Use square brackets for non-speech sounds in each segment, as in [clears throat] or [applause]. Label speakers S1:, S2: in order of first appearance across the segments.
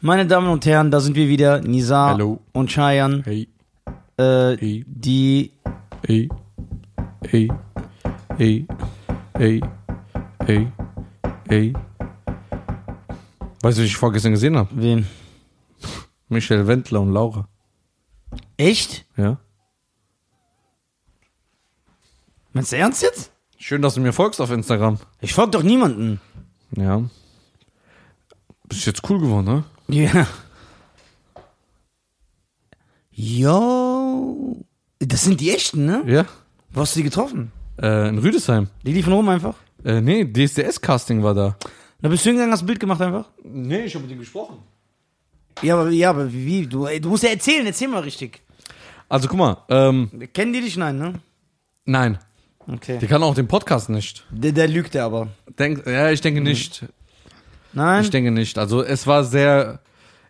S1: Meine Damen und Herren, da sind wir wieder, Nizar
S2: Hallo.
S1: und Cheyenne,
S2: Hey,
S1: äh,
S2: Hey.
S1: die
S2: hey, hey, hey, hey, hey, hey. Weißt du, was ich vorgestern gesehen habe?
S1: wen?
S2: Michelle Wendler und Laura.
S1: Echt?
S2: Ja.
S1: Meinst du ernst jetzt?
S2: Schön, dass du mir folgst auf Instagram.
S1: Ich folge doch niemanden.
S2: Ja. Bist jetzt cool geworden, ne?
S1: Ja. Yo. Das sind die echten, ne?
S2: Ja.
S1: Wo hast du die getroffen?
S2: Äh, in Rüdesheim.
S1: Die liefen rum einfach.
S2: Äh, nee, DSDS-Casting war da.
S1: Da bist du hingegangen, hast ein Bild gemacht einfach.
S2: Nee, ich habe mit ihm gesprochen.
S1: Ja, aber, ja, aber wie? Du, ey, du musst ja erzählen, erzähl mal richtig.
S2: Also guck mal, ähm,
S1: Kennen die dich? Nein, ne?
S2: nein,
S1: Okay.
S2: die kann auch den Podcast nicht.
S1: Der, der lügt ja aber.
S2: Denk, ja, ich denke nicht.
S1: Nein?
S2: Ich denke nicht. Also es war sehr.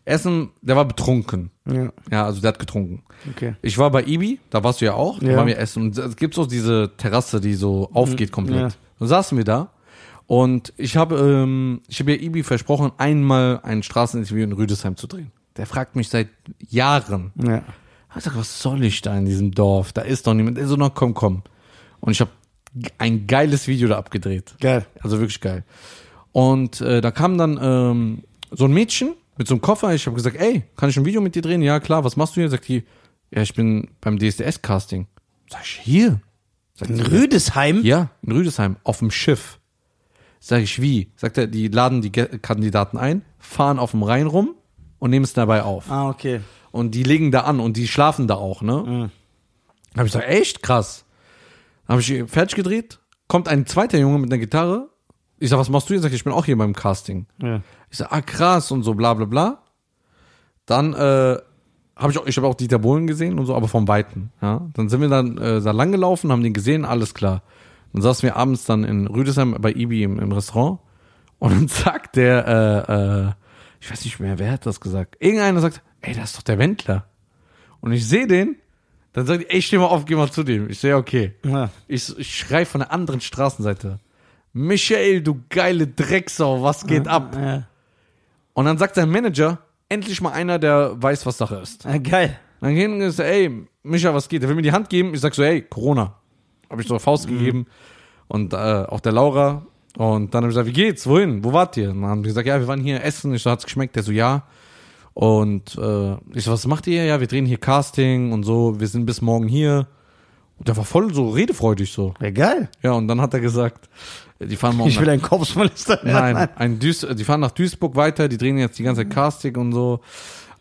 S2: Essen, der war betrunken.
S1: ja,
S2: Ja, also der hat getrunken.
S1: okay.
S2: Ich war bei Ibi, da warst du ja auch, da
S1: Ja. Mhm.
S2: waren wir essen. Und es gibt so diese Terrasse, die so aufgeht komplett.
S1: ja.
S2: Dann saßen wir da und ich habe ähm, ich habe ja Ibi versprochen, einmal ein Straßeninterview in Rüdesheim zu drehen. Der fragt mich seit Jahren.
S1: Ja.
S2: Ich sag, was soll ich da in diesem Dorf? Da ist doch niemand. Er so, noch komm, komm. Und ich habe ein geiles Video da abgedreht.
S1: Geil.
S2: Also wirklich geil. Und äh, da kam dann ähm, so ein Mädchen mit so einem Koffer. Ich habe gesagt, ey, kann ich ein Video mit dir drehen? Ja, klar, was machst du hier? Sagt die, ja, ich bin beim DSDS-Casting. Sag ich, hier? Sagt
S1: In
S2: sie,
S1: Rüdesheim?
S2: ja, in Rüdesheim, auf dem Schiff. Sag ich, wie? Sagt er, die laden die Ge- Kandidaten ein, fahren auf dem Rhein rum und nehmen es dabei auf.
S1: Ah, okay.
S2: Und die legen da an und die schlafen da auch, ne? Habe ich gesagt, echt krass. Habe ich fertig gedreht, kommt ein zweiter Junge mit einer Gitarre. Ich sag, was machst du hier? Sag ich, ich bin auch hier beim Casting.
S1: Ja.
S2: Ich sag, ah krass und so bla bla bla. Dann äh, habe ich auch, ich habe auch Dieter Bohlen gesehen und so, aber vom Weiten. Ja? Dann sind wir dann äh, da lang gelaufen, haben den gesehen, alles klar. Dann saßen wir abends dann in Rüdesheim bei Ibi im, im Restaurant und dann [laughs] sagt der, äh, äh, ich weiß nicht mehr, wer hat das gesagt? Irgendeiner sagt, ey, das ist doch der Wendler. Und ich sehe den, dann sagt er, ey, steh mal auf, geh mal zu dem. Ich sehe, okay.
S1: Ja.
S2: Ich, ich schrei von der anderen Straßenseite. Michael, du geile Drecksau, was geht ab?
S1: Ja.
S2: Und dann sagt sein Manager, endlich mal einer, der weiß, was Sache ist.
S1: Ah, geil.
S2: Dann ging es, ey, Micha, was geht? Der will mir die Hand geben. Ich sag so, ey, Corona. Habe ich so eine Faust gegeben. Und äh, auch der Laura. Und dann habe ich gesagt, wie geht's? Wohin? Wo wart ihr? Und dann haben die gesagt, ja, wir waren hier essen. Ich so, hat's geschmeckt? Der so, ja. Und äh, ich so, was macht ihr? Ja, wir drehen hier Casting und so. Wir sind bis morgen hier. Und der war voll so redefreudig so.
S1: Ja, geil.
S2: Ja, und dann hat er gesagt, die fahren morgen
S1: Ich will ein Korpsmolester.
S2: [laughs] Nein, Mhm. Ein Duis, die fahren nach Duisburg weiter, die drehen jetzt die ganze Zeit Casting und so.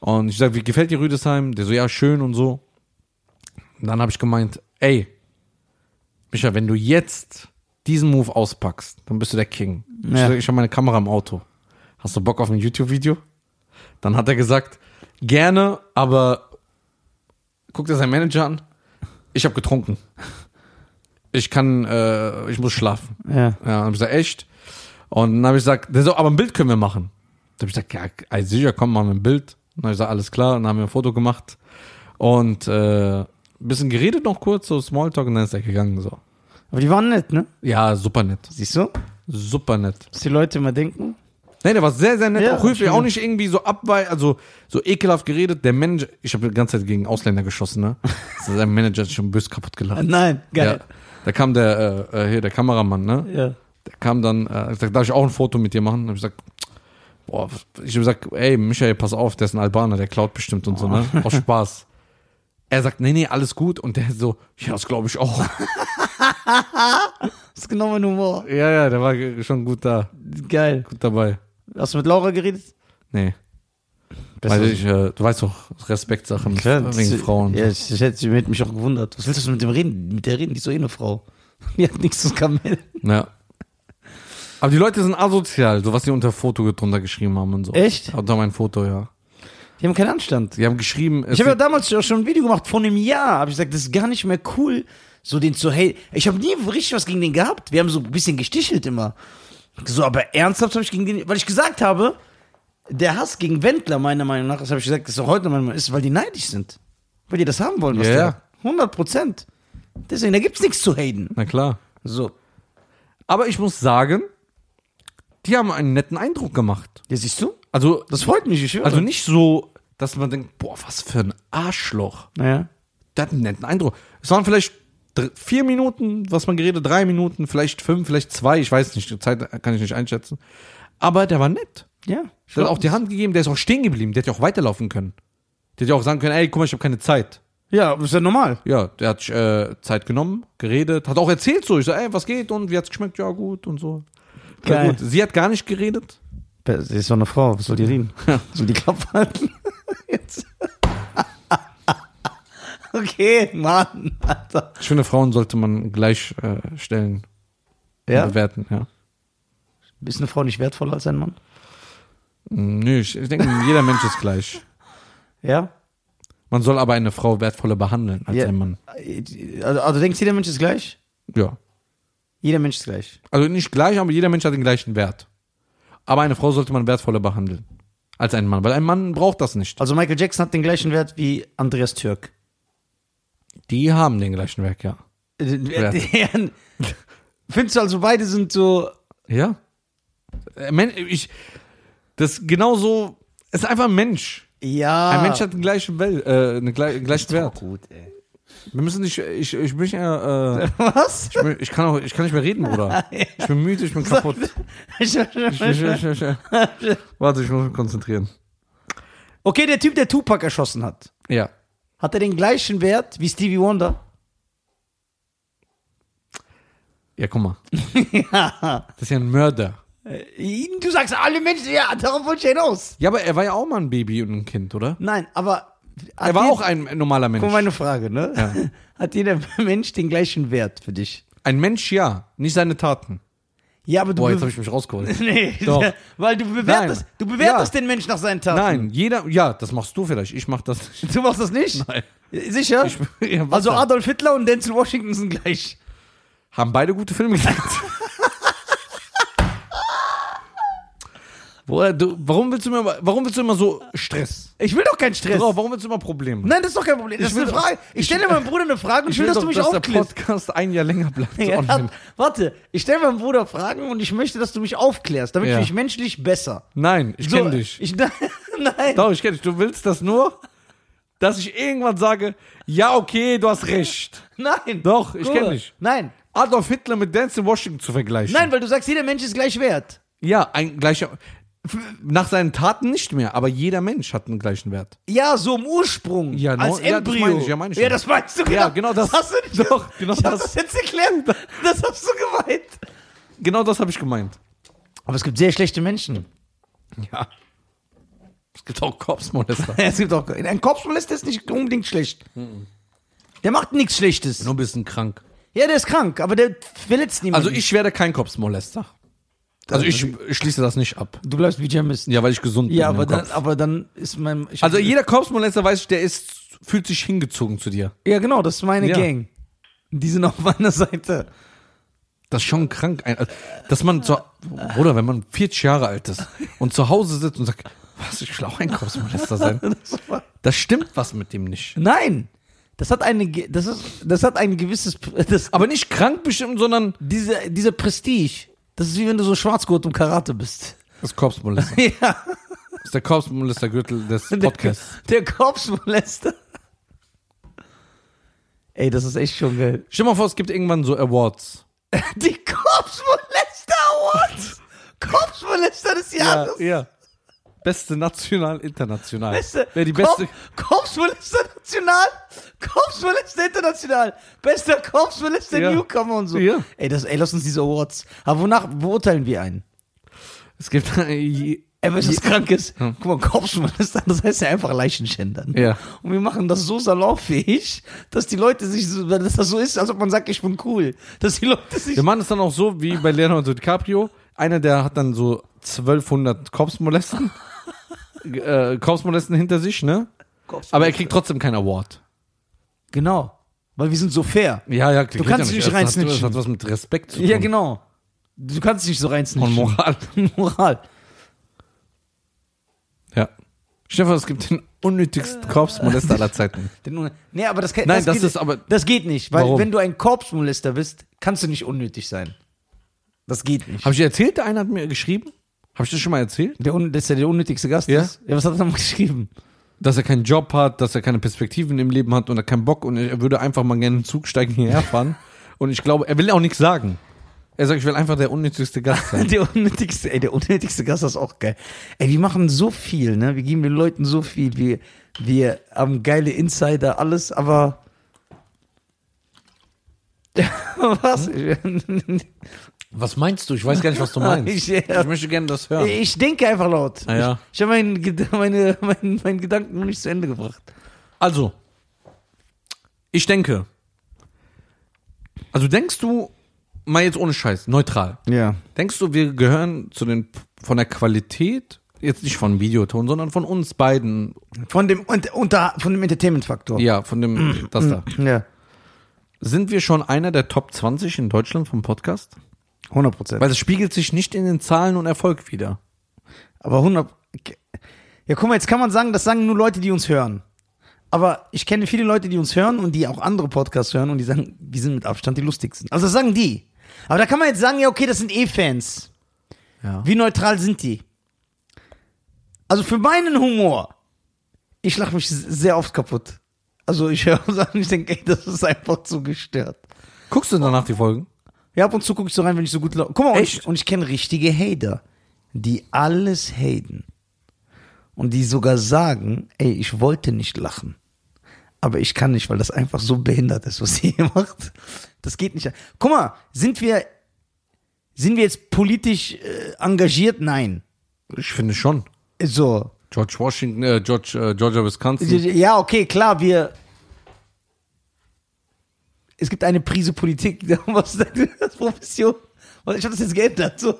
S2: Und ich sag, wie gefällt dir Rüdesheim? Der so, ja, schön und so. Und dann habe ich gemeint, ey, Micha, wenn du jetzt diesen Move auspackst, dann bist du der King. Ich,
S1: Ja.
S2: sag, ich habe meine Kamera im Auto. Hast du Bock auf ein YouTube-Video? Dann hat er gesagt, gerne, aber guckt er seinen Manager an. Ich habe getrunken. Ich kann, äh, ich muss schlafen.
S1: Ja.
S2: Ja, dann hab ich gesagt, echt? Und dann habe ich gesagt, der so, aber ein Bild können wir machen. Dann habe ich gesagt, ja, ey, sicher, komm, machen wir ein Bild. Dann habe ich gesagt, alles klar. Und dann haben wir ein Foto gemacht. Und äh, ein bisschen geredet noch kurz, so Smalltalk, und dann ist er gegangen. So.
S1: Aber die waren nett, ne?
S2: Ja, super nett.
S1: Siehst du?
S2: Super nett.
S1: Was die Leute immer denken.
S2: Nee, der war sehr, sehr nett.
S1: Ja,
S2: auch höflich,
S1: schön.
S2: auch nicht irgendwie so abwei, also so ekelhaft geredet. Der Manager, ich habe die ganze Zeit gegen Ausländer geschossen, ne? Also, Sein Manager hat schon bös kaputt gelacht.
S1: Ah, Nein,
S2: Ja. Da kam der, äh, äh, hier, der Kameramann, ne?
S1: Ja.
S2: Der kam dann, äh, hat gesagt, darf ich auch ein Foto mit dir machen? Dann hab ich gesagt, boah, ich hab gesagt, ey, Michael, pass auf, der ist ein Albaner, der klaut bestimmt und so, ne? Aus Spaß. Er sagt, nee, nee, alles gut. Und der so, ja, das glaube ich auch.
S1: Das ist genau mein Humor.
S2: [laughs] ja, ja, der war ge- schon gut da,
S1: Geil.
S2: gut dabei.
S1: Hast du mit Laura geredet?
S2: Nee. Weil ich, äh, du weißt doch, Respektsachen wegen Frauen.
S1: Ja, ich, ich hätte ich hätte mich auch gewundert. Was willst du mit dem reden? Mit der reden, die ist so eh eine Frau. [laughs] Die hat nichts zu kamellen.
S2: Ja. Aber die Leute sind asozial, so was die unter Foto ge- drunter geschrieben haben und so.
S1: Echt?
S2: Unter mein Foto, ja.
S1: Die haben keinen Anstand.
S2: Die haben geschrieben, es
S1: Ich habe ja damals auch schon ein Video gemacht, vor einem Jahr, habe ich gesagt, das ist gar nicht mehr cool, so den zu hey. Ich habe nie richtig was gegen den gehabt. Wir haben so ein bisschen gestichelt immer. So, aber ernsthaft habe ich gegen den, weil ich gesagt habe, der Hass gegen Wendler, meiner Meinung nach, das habe ich gesagt, das ist auch heute noch Meinung, ist, weil die neidisch sind. Weil die das haben wollen, was
S2: Ja,
S1: der
S2: ja.
S1: hat. 100 Prozent. Deswegen, da gibt's nichts zu haten.
S2: na klar.
S1: So,
S2: Aber ich muss sagen, die haben einen netten Eindruck gemacht.
S1: ja, siehst du?
S2: Also,
S1: Das freut mich, ich höre.
S2: also nicht so, dass man denkt, boah, was für ein Arschloch.
S1: ja.
S2: Der hat einen netten Eindruck. Es waren vielleicht dr- vier Minuten, was man geredet, drei Minuten, vielleicht fünf, vielleicht zwei, ich weiß nicht, die Zeit kann ich nicht einschätzen. Aber der war nett.
S1: Ja. Ich
S2: Der hat
S1: glaub,
S2: auch die Hand gegeben, der ist auch stehen geblieben, der hätte ja auch weiterlaufen können. Der hätte ja auch sagen können, ey, guck mal, ich habe keine Zeit.
S1: ja, ist ja normal.
S2: Ja, der hat sich, äh, Zeit genommen, geredet, hat auch erzählt so, ich so, ey, was geht und wie hat's geschmeckt? Ja, gut und so. Ja,
S1: Geil.
S2: gut. Sie hat gar nicht geredet.
S1: Sie ist doch eine Frau, was soll die reden? [laughs] soll die Klappe halten? [laughs] Jetzt. okay, Mann, Alter.
S2: Ich finde, Frauen sollte man gleich äh, stellen, und
S1: Ja?
S2: bewerten, ja.
S1: Ist eine Frau nicht wertvoller als ein Mann?
S2: Mm, Nö, ich, ich denke, jeder Mensch ist gleich.
S1: Ja?
S2: Man soll aber eine Frau wertvoller behandeln als
S1: Ja.
S2: ein Mann.
S1: Also, also denkst du, jeder Mensch ist gleich?
S2: Ja.
S1: Jeder Mensch ist gleich.
S2: Also nicht gleich, aber jeder Mensch hat den gleichen Wert. Aber eine Frau sollte man wertvoller behandeln als ein Mann, weil ein Mann braucht das nicht.
S1: Also Michael Jackson hat den gleichen Wert wie Andreas Türk.
S2: Die haben den gleichen Wert, ja.
S1: Äh, äh, [laughs] Findest du also, beide sind so...
S2: Ja. Äh, Men- Ich, das genauso ist einfach ein Mensch.
S1: Ja.
S2: Ein Mensch hat den gleichen, Wel äh, den gle- gleichen
S1: Wert.
S2: Wert.
S1: gut, ey. [laughs]
S2: Wir müssen nicht, ich, ich bin ja, äh,
S1: Was?
S2: ich, bin, ich kann auch, ich kann nicht mehr reden, Bruder. Ich bin müde, ich bin kaputt. Ich, ich, ich, [laughs] ich, ich. Warte, ich muss mich konzentrieren.
S1: Okay, der Typ, der Tupac erschossen hat.
S2: Ja.
S1: Hat er den gleichen Wert wie Stevie Wonder?
S2: Ja, guck mal. Das ist ja ein Mörder.
S1: Äh, Du sagst alle Menschen, ja, darauf wollte ich hinaus.
S2: Ja, aber er war ja auch mal ein Baby und ein Kind, oder?
S1: Nein, aber.
S2: Er war
S1: [laughs]
S2: auch ein normaler
S1: Guck mal,
S2: Mensch.
S1: meine Frage, ne? [laughs] Hat jeder Mensch den gleichen Wert für dich?
S2: Ein Mensch, ja. Nicht seine Taten.
S1: Ja, aber du.
S2: Boah, jetzt
S1: be-
S2: habe ich mich
S1: [laughs]
S2: rausgeholt.
S1: nee,
S2: Doch.
S1: weil du bewertest,
S2: Nein.
S1: du bewertest
S2: Ja.
S1: den Menschen nach seinen Taten.
S2: Nein, jeder, ja, das machst du vielleicht. Ich mach das nicht.
S1: Du machst das nicht?
S2: Nein.
S1: Sicher?
S2: Ich- [laughs] Ja,
S1: [laughs]
S2: was
S1: also
S2: denn?
S1: Adolf Hitler und Denzel Washington sind gleich.
S2: Haben beide gute Filme gedreht. Boah, du, warum willst du mir, warum willst du immer so Stress?
S1: Ich will doch keinen Stress.
S2: Bro, warum willst du immer Probleme?
S1: Nein, das ist doch kein Problem. Das ist
S2: Ich
S1: eine
S2: will doch-
S1: Frage. Ich stelle meinem Bruder eine Frage und ich will, dass
S2: doch,
S1: du mich
S2: dass
S1: aufklärst.
S2: der Podcast ein Jahr länger [laughs] bleibt.
S1: Ja,
S2: online.
S1: warte, ich stelle meinem Bruder Fragen und ich möchte, dass du mich aufklärst, damit
S2: Ja.
S1: ich mich menschlich besser.
S2: Nein, ich
S1: So,
S2: kenne dich.
S1: Ich, [laughs] nein.
S2: Doch, ich kenne dich. Du willst das nur, dass ich irgendwann sage, ja, okay, du hast recht.
S1: Nein.
S2: Doch, ich
S1: Bruder,
S2: kenn dich.
S1: Nein.
S2: Adolf Hitler mit Denzel Washington zu vergleichen.
S1: Nein, weil du sagst, jeder Mensch ist gleich wert.
S2: Ja, ein gleicher. Nach seinen Taten nicht mehr, aber jeder Mensch hat einen gleichen Wert.
S1: Ja, so im Ursprung.
S2: Ja, no-
S1: als
S2: ja, das
S1: Embryo.
S2: meine ich, ja, meine ich
S1: ja,
S2: ja.
S1: das meinst du genau.
S2: Ja, genau
S1: [laughs]
S2: das.
S1: hast du nicht.
S2: Doch, genau
S1: ich hab
S2: das.
S1: das jetzt erklärt. Das hast du gemeint.
S2: Genau das habe ich gemeint.
S1: Aber es gibt sehr schlechte Menschen.
S2: Ja. Es gibt auch [laughs] Korpsmolester.
S1: [laughs] Es gibt auch. Ein Kopfmolester ist nicht unbedingt schlecht.
S2: Mhm.
S1: Der macht nichts Schlechtes.
S2: Nur ein bisschen krank.
S1: Ja, der ist krank, aber der verletzt niemanden.
S2: Also ich werde kein Korpsmolester. Also ich schließe das nicht ab.
S1: Du bleibst wie Jamis.
S2: Ja, weil ich gesund
S1: Ja,
S2: bin.
S1: aber
S2: im
S1: dann,
S2: Kopf.
S1: aber dann ist mein. Ich
S2: Also jeder Korpsmolester weiß ich, der ist, fühlt sich hingezogen zu dir.
S1: ja, genau, das ist meine
S2: Ja.
S1: Gang. Die sind auf meiner Seite. [laughs]
S2: Das ist schon krank. Ein- also, Dass man so, Bruder, wenn man 40 Jahre alt ist und zu Hause sitzt und sagt, was, ich will auch ein Korpsmolester sein.
S1: Das war-
S2: Das stimmt was mit dem nicht.
S1: Nein! Das hat eine, ge- das ist, das hat ein gewisses, [laughs] das,
S2: Aber nicht krank bestimmt, sondern
S1: diese, dieser Prestige. Das ist wie wenn du so Schwarzgurt im Karate bist. [laughs]
S2: das Korpsmolester.
S1: Ja,
S2: Das ist der Korpsmolestergürtel [laughs] des
S1: der,
S2: Podcasts.
S1: der [laughs] Korpsmolester. Ey, das ist echt schon geil.
S2: Stell mal vor, es gibt irgendwann so Awards.
S1: Die Korpsmolester
S2: [laughs]
S1: Awards! Korpsmolester des Jahres!
S2: ja. Beste national, international.
S1: Beste.
S2: Wer die beste.
S1: Korb- Korpsminister national. Korpsminister international. Bester Korpsminister
S2: Ja.
S1: Newcomer und so.
S2: Ja.
S1: Ey, das, ey, lass uns diese Awards. Aber wonach beurteilen wir einen?
S2: Es gibt. [laughs]
S1: Ey, wenn das krank ist.
S2: Hm.
S1: Guck mal, Korpsminister, das heißt ja einfach Leichenschändern.
S2: Ja.
S1: Und wir machen das so salonfähig, dass die Leute sich so, dass das so ist, als ob man sagt, ich bin cool. Dass die Leute sich.
S2: Wir machen es dann auch so wie bei Leonardo DiCaprio. Einer, der hat dann so 1200 Korpsmolesten, [laughs] äh, Korpsmolesten hinter sich, ne? Aber er kriegt trotzdem keinen Award.
S1: Genau. Weil wir sind so fair.
S2: Ja, ja, kriegt
S1: kannst dich
S2: er
S1: nicht
S2: Das hat-
S1: reinsnitchen.
S2: Das hat was mit Respekt zu tun.
S1: Ja, genau. Du kannst dich nicht so
S2: Und
S1: reinsnitchen.
S2: Moral.
S1: [laughs] Moral.
S2: Ja. Stefan, es gibt den [laughs] unnötigsten Korpsmolester aller Zeiten.
S1: Den Un- nee, aber das, kann,
S2: Nein, das
S1: geht,
S2: ist aber-
S1: Das geht nicht, weil
S2: Warum?
S1: wenn du ein Korpsmolester bist, kannst du nicht unnötig sein. Das geht nicht.
S2: Habe ich dir erzählt, der eine hat mir geschrieben? Habe ich das schon mal erzählt?
S1: Der, un- dass er der unnötigste Gast
S2: Ja?
S1: ist. Ja, was hat er nochmal [laughs] geschrieben?
S2: Dass er keinen Job hat, dass er keine Perspektiven im Leben hat und er keinen Bock und er würde einfach mal gerne in den Zug steigen hierher fahren. und ich glaube, er will auch nichts sagen. Er sagt, ich will einfach der unnötigste Gast sein.
S1: Der unnötigste, ey, der unnötigste Gast ist auch geil. Ey, wir machen so viel, ne? Wir geben den Leuten so viel. Wir, wir haben geile Insider, alles, aber. [laughs] was?
S2: Hm? was meinst du? Ich weiß gar nicht, was du meinst.
S1: Ich- [laughs]
S2: ich,
S1: ja.
S2: möchte gerne das hören.
S1: Ich denke einfach laut.
S2: Ah, ja.
S1: Ich, ich habe meinen Ged- meine, meinen- meinen Gedanken noch nicht zu Ende gebracht.
S2: Also, ich denke. Also denkst du, mal jetzt ohne Scheiß, neutral.
S1: Ja.
S2: Denkst du, wir gehören zu den von der Qualität, jetzt nicht von Videoton, sondern von uns beiden.
S1: Von dem, und, unter, von dem Entertainment-Faktor.
S2: Ja, von
S1: [clears throat]
S2: dem das da.
S1: Ja.
S2: Sind wir schon einer der Top 20 in Deutschland vom Podcast?
S1: 100 Prozent.
S2: Weil es spiegelt sich nicht in den Zahlen und Erfolg wieder.
S1: Aber 100. Ja, guck mal, jetzt kann man sagen, das sagen nur Leute, die uns hören. Aber ich kenne viele Leute, die uns hören und die auch andere Podcasts hören und die sagen, wir sind mit Abstand die lustigsten. Also das sagen die. Aber da kann man jetzt sagen, ja, okay, das sind eh Fans.
S2: Ja.
S1: Wie neutral sind die? Also für meinen Humor, ich lache mich sehr oft kaputt. Also ich höre [laughs] Sachen, ich denke, ey, das ist einfach zu gestört.
S2: Guckst du danach die Folgen?
S1: Ja, ab und zu gucke ich so rein, wenn ich so gut laufe. Guck mal, und ich,
S2: Echt?
S1: und ich kenne richtige Hater, die alles haten. Und die sogar sagen, ey, ich wollte nicht lachen. Aber ich kann nicht, weil das einfach so behindert ist, was [laughs] ihr hier macht. Das geht nicht. Guck mal, sind wir, sind wir jetzt politisch äh, engagiert? Nein.
S2: Ich finde schon.
S1: So.
S2: George Washington, äh, George, äh, Georgia Wisconsin.
S1: Ja, okay, klar, wir. Es gibt eine Prise Politik. [laughs] Was ist denn das Profession? Ich habe das jetzt geändert. So.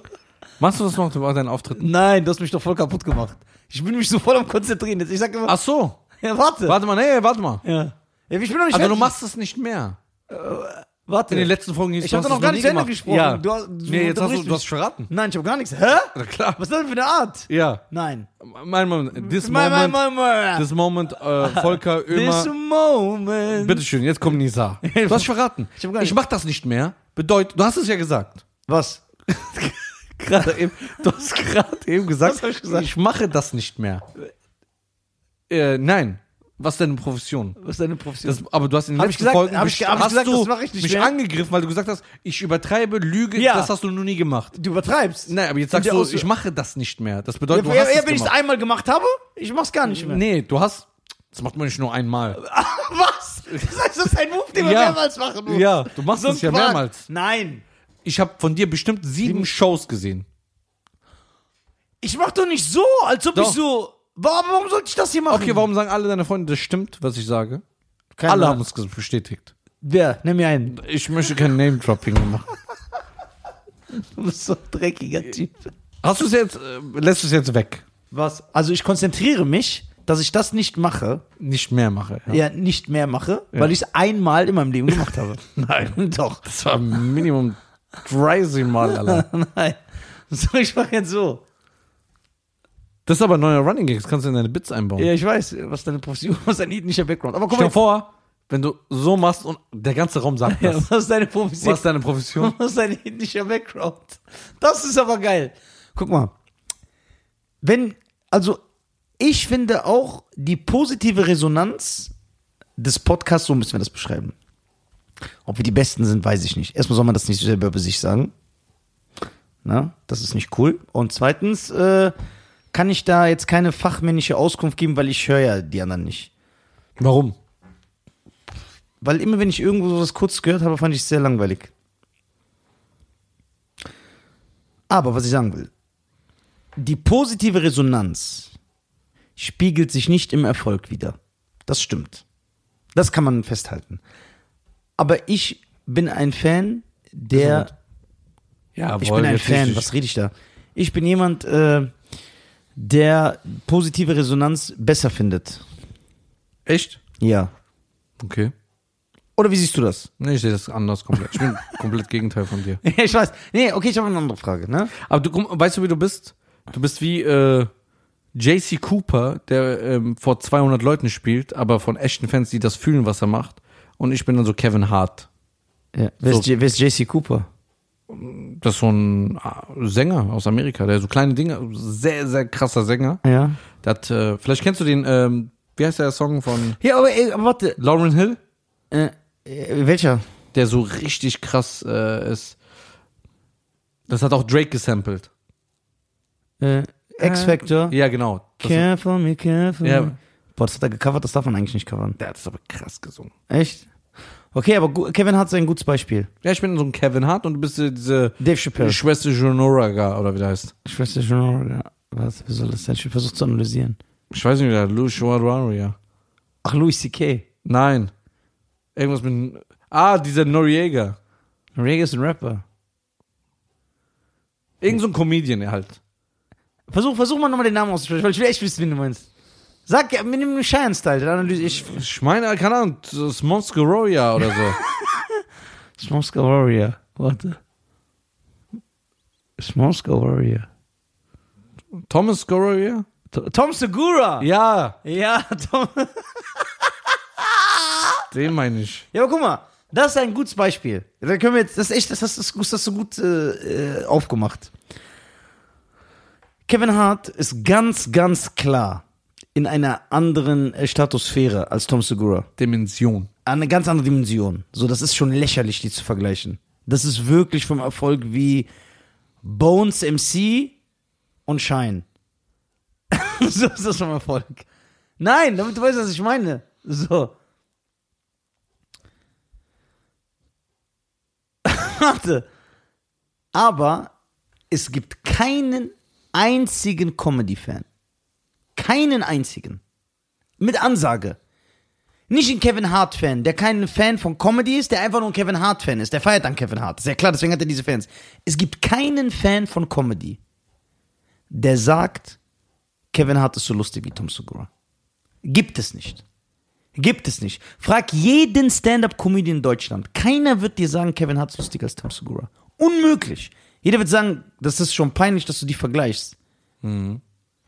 S2: Machst du das noch bei deinen Auftritten?
S1: Nein, du hast mich doch voll kaputt gemacht. Ich bin mich so voll am Konzentrieren jetzt. Ich sag immer,
S2: Ach so.
S1: ja, warte.
S2: Warte mal, nee, warte mal.
S1: Ja. Ja, ich bin noch nicht
S2: Also du
S1: fertig.
S2: machst es nicht mehr.
S1: Warte.
S2: In den letzten Folgen hieß
S1: ich
S2: du
S1: habe
S2: hast
S1: noch
S2: es
S1: gar
S2: nie
S1: nicht zu Ende
S2: gemacht.
S1: gesprochen.
S2: Ja.
S1: Du, hast- du
S2: nee, jetzt hast du,
S1: unterbrichst
S2: du hast verraten.
S1: mich. Nein, ich habe gar nichts. Hä?
S2: Na klar.
S1: Was ist das denn für eine Art?
S2: Ja.
S1: Nein.
S2: Mein Moment. This
S1: Mein,
S2: moment.
S1: mein, mein, mein.
S2: This moment, äh, Volker
S1: This
S2: Ömer.
S1: moment.
S2: Bitteschön, jetzt kommt Nisa.
S1: [laughs]
S2: Du hast verraten.
S1: Ich hab gar nicht-
S2: mach das nicht mehr. Bedeutet, du hast es ja gesagt.
S1: Was?
S2: [laughs] Gerade eben, du hast gerade eben gesagt,
S1: Was hab ich gesagt?
S2: mache das nicht mehr. Äh, nein. Was denn Profession?
S1: Was ist deine Profession?
S2: Das, aber du hast in den
S1: Hab ich
S2: letzten
S1: gesagt-
S2: Folgen
S1: hab ich
S2: best-
S1: ge- hab ich
S2: hast
S1: gesagt,
S2: du
S1: das mach ich nicht
S2: mich
S1: mehr?
S2: angegriffen, weil du gesagt hast, ich übertreibe, lüge,
S1: Ja.
S2: das hast du noch nie gemacht.
S1: du übertreibst.
S2: Nein, aber jetzt
S1: In
S2: sagst
S1: der
S2: du,
S1: Aus-
S2: ich mache das nicht mehr. Das
S1: Ja,
S2: bedeutet, du
S1: ja,
S2: hast
S1: ja,
S2: es
S1: wenn ich es
S2: gemacht.
S1: einmal gemacht habe, ich mach's gar nicht mehr.
S2: [laughs] Nee, du hast. Das macht man nicht nur einmal.
S1: Was? Das heißt, das ist ein Move, den man
S2: Ja.
S1: mehrmals machen muss.
S2: Ja, du machst
S1: Äh, So ein
S2: es ja
S1: Quark.
S2: mehrmals.
S1: Nein.
S2: Ich habe von dir bestimmt sieben Shows gesehen.
S1: Ich mach doch nicht so, als ob
S2: Doch.
S1: ich so. Warum, warum sollte ich das hier machen?
S2: Okay, warum sagen alle deine Freunde, das stimmt, was ich sage?
S1: Keine
S2: alle
S1: Ahnung.
S2: haben es ges- bestätigt.
S1: Wer? Nimm mir einen.
S2: Ich möchte kein Name-Dropping machen.
S1: Du bist so ein dreckiger Typ.
S2: Hast du es jetzt, äh, lässt du es jetzt weg?
S1: Was? Also ich konzentriere mich, dass ich das nicht mache,
S2: Nicht mehr mache. Ja.
S1: ja, nicht mehr mache, weil ich es einmal in meinem Leben gemacht habe. [laughs] Nein. Doch.
S2: Das war Minimum 30 Mal allein.
S1: Nein. So, ich mache jetzt so.
S2: Das ist aber ein neuer Running Gag, das kannst du in deine Bits einbauen.
S1: Ja, ich weiß, was deine Profession, [laughs] was dein ethnischer Background. Aber guck
S2: Stell dir
S1: mal,
S2: vor, wenn du so machst und der ganze Raum sagt
S1: ja,
S2: das.
S1: [laughs] was ist deine Profession?
S2: Was ist deine Profession?
S1: [laughs] Was ist dein ethnischer Background? Das ist aber geil. Guck mal. Wenn, also, ich finde auch die positive Resonanz des Podcasts, so müssen wir das beschreiben. Ob wir die Besten sind, weiß ich nicht. Erstmal soll man das nicht selber über sich sagen. Na, das ist nicht cool. Und zweitens äh, kann ich da jetzt keine fachmännische Auskunft geben, weil ich höre ja die anderen nicht.
S2: Warum?
S1: Weil immer, wenn ich irgendwo sowas kurz gehört habe, fand ich es sehr langweilig. Aber was ich sagen will, die positive Resonanz spiegelt sich nicht im Erfolg wider. Das stimmt. Das kann man festhalten. Aber ich bin ein Fan, der.
S2: Ja,
S1: Ich bin ein Fan, was rede ich da? Ich bin jemand, äh, der positive Resonanz besser findet.
S2: Echt?
S1: Ja.
S2: Okay.
S1: Oder wie siehst du das?
S2: Nee, ich sehe das anders komplett. Ich bin [laughs] komplett Gegenteil von dir.
S1: Ja, ich weiß. Nee, okay, ich habe eine andere Frage, ne?
S2: Aber du guck mal, weißt du, wie du bist? Du bist wie äh, JC Cooper, der ähm, vor 200 Leuten spielt, aber von echten Fans, die das fühlen, was er macht. Und ich bin dann so Kevin Hart.
S1: Ja. Wer, ist J- wer ist JC Cooper?
S2: Das ist so ein äh, Sänger aus Amerika, der so kleine Dinge, sehr, sehr krasser Sänger.
S1: Ja.
S2: Der hat, äh, vielleicht kennst du den, ähm, wie heißt der Song von
S1: Ja, aber, ey, aber warte.
S2: Lauren Hill?
S1: Äh, äh, welcher?
S2: Der so richtig krass äh, ist. Das hat auch Drake gesampelt.
S1: Äh, X-Factor.
S2: Ja, genau. Das,
S1: Careful me, careful
S2: Ja.
S1: me. Boah, das hat er gecovert, das darf man eigentlich nicht covern.
S2: der hat es aber krass gesungen.
S1: Echt? Okay, aber gu- Kevin hat ein gutes Beispiel.
S2: Ja, ich bin so ein Kevin Hart und du bist äh, diese
S1: Dave Chappelle.
S2: Schwester Jonoraga oder wie der heißt.
S1: Ich weiß nicht, genau, ja. was, wie soll das denn? Ich versuche zu analysieren.
S2: Ich weiß nicht, wie der Lou Schwararia.
S1: Ach, Louis C.K.
S2: Nein. Irgendwas mit. Ah, dieser Noriega.
S1: Reggae ist ein Rapper.
S2: Irgend so ein Comedian halt.
S1: Versuch, versuch mal nochmal den Namen auszusprechen, weil ich will echt wissen, wen du meinst. Sag, ja, mit dem Cheyenne-Style, der Analyse. Ich,
S2: Ich meine, keine Ahnung, das Monskoroya oder so.
S1: Smolska Warrior. Warte. Smolska Warrior.
S2: Thomas Goroya?
S1: To- Tom Segura!
S2: Ja,
S1: Ja, [laughs] Tom.
S2: den meine ich.
S1: Ja, aber guck mal, das ist ein gutes Beispiel. Da können wir jetzt, das ist echt, das hast das, das hast du gut äh, äh, aufgemacht. Kevin Hart ist ganz, ganz klar in einer anderen äh, Stratosphäre als Tom Segura.
S2: Dimension.
S1: Eine ganz andere Dimension. So, das ist schon lächerlich, die zu vergleichen. Das ist wirklich vom Erfolg wie Bones MC und Shine. [laughs] so ist das vom Erfolg. Nein, damit du weißt, was ich meine. So. [laughs] Warte. Aber es gibt keinen einzigen Comedy-Fan. Keinen einzigen. Mit Ansage. Nicht ein Kevin Hart-Fan, der kein Fan von Comedy ist, der einfach nur ein Kevin Hart-Fan ist. Der feiert dann Kevin Hart. Sehr klar, deswegen hat er diese Fans. Es gibt keinen Fan von Comedy, der sagt, Kevin Hart ist so lustig wie Tom Segura. Gibt es nicht. Gibt es nicht. Frag jeden Stand-Up-Comedian in Deutschland. Keiner wird dir sagen, Kevin Hart ist lustiger als Tom Segura. Unmöglich. Jeder wird sagen, das ist schon peinlich, dass du die vergleichst.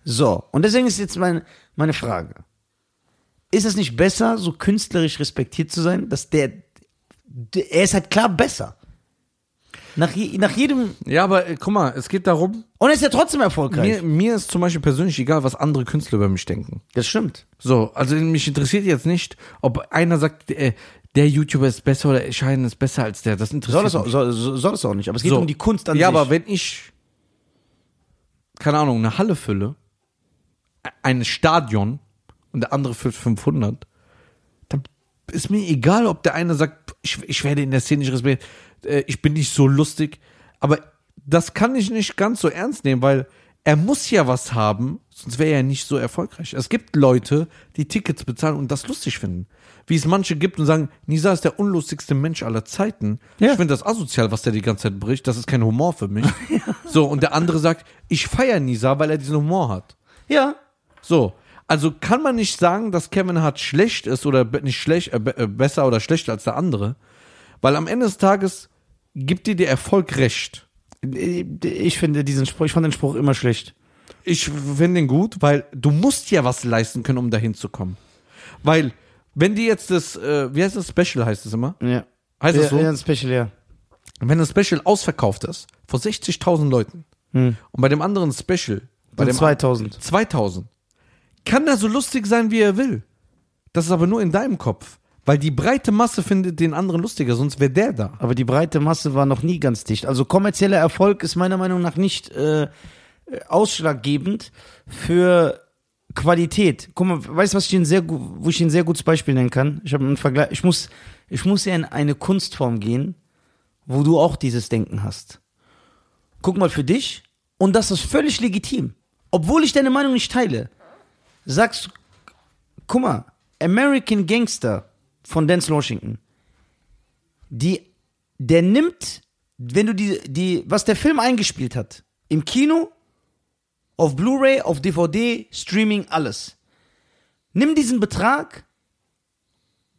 S1: So, und deswegen ist jetzt meine, meine Frage ist es nicht besser, so künstlerisch respektiert zu sein, dass der, der er ist halt klar besser. Nach, je, nach jedem,
S2: Ja, aber äh, guck mal, es geht darum,
S1: und er ist ja trotzdem erfolgreich.
S2: mir, mir ist zum Beispiel persönlich egal, was andere Künstler über mich denken.
S1: das stimmt.
S2: So, also mich interessiert jetzt nicht, ob einer sagt, äh, der YouTuber ist besser oder Schein ist besser als der. Das
S1: Soll
S2: interessiert
S1: das, auch,
S2: mich.
S1: soll, soll das auch nicht, aber es geht
S2: So.
S1: um die Kunst an
S2: ja,
S1: sich.
S2: aber wenn ich, keine Ahnung, eine Halle fülle, e- ein Stadion und der andere füllt 500, dann ist mir egal, ob der eine sagt, ich, ich werde in der Szene nicht respektiert, äh, ich bin nicht so lustig. Aber das kann ich nicht ganz so ernst nehmen, weil er muss ja was haben, sonst wäre er nicht so erfolgreich. Es gibt Leute, die Tickets bezahlen und das lustig finden. Wie es manche gibt und sagen, Nisa ist der unlustigste Mensch aller Zeiten.
S1: Ja.
S2: Ich finde das asozial, was der die ganze Zeit bricht. Das ist kein Humor für mich. So, und der andere sagt, ich feiere Nisa, weil er diesen Humor hat.
S1: ja,
S2: So, also kann man nicht sagen, dass Kevin Hart schlecht ist oder be- nicht schlecht, äh, be- äh, besser oder schlechter als der andere, weil am Ende des Tages gibt dir der Erfolg recht.
S1: ich finde diesen Spruch, ich fand den Spruch immer schlecht.
S2: Ich finde ihn gut, weil du musst ja was leisten können, um dahin zu kommen. Weil wenn dir jetzt das, äh, wie heißt das Special heißt es immer?
S1: Ja.
S2: Heißt
S1: ja,
S2: das so?
S1: Ja, ein Special, ja.
S2: Wenn das Special ausverkauft ist vor 60.000 Leuten und bei dem anderen Special bei
S1: Bei
S2: dem
S1: 2000.
S2: 2000. Kann er so lustig sein, wie er will. Das ist aber nur in deinem Kopf. Weil die breite Masse findet den anderen lustiger, sonst wäre der da.
S1: Aber die breite Masse war noch nie ganz dicht. Also kommerzieller Erfolg ist meiner Meinung nach nicht äh, äh, ausschlaggebend für Qualität. Guck mal, weißt du, was ich Ihnen sehr gu- wo ich Ihnen ein sehr gutes Beispiel nennen kann? Ich habe einen Vergleich. Ich muss, ich muss ja in eine Kunstform gehen, wo du auch dieses Denken hast. Guck mal für dich. Und das ist völlig legitim. Obwohl ich deine Meinung nicht teile, sagst, guck mal, American Gangster von Denzel Washington die, der nimmt, wenn du die, die, was der Film eingespielt hat, im Kino, auf Blu-ray, auf DVD, Streaming, alles. Nimm diesen Betrag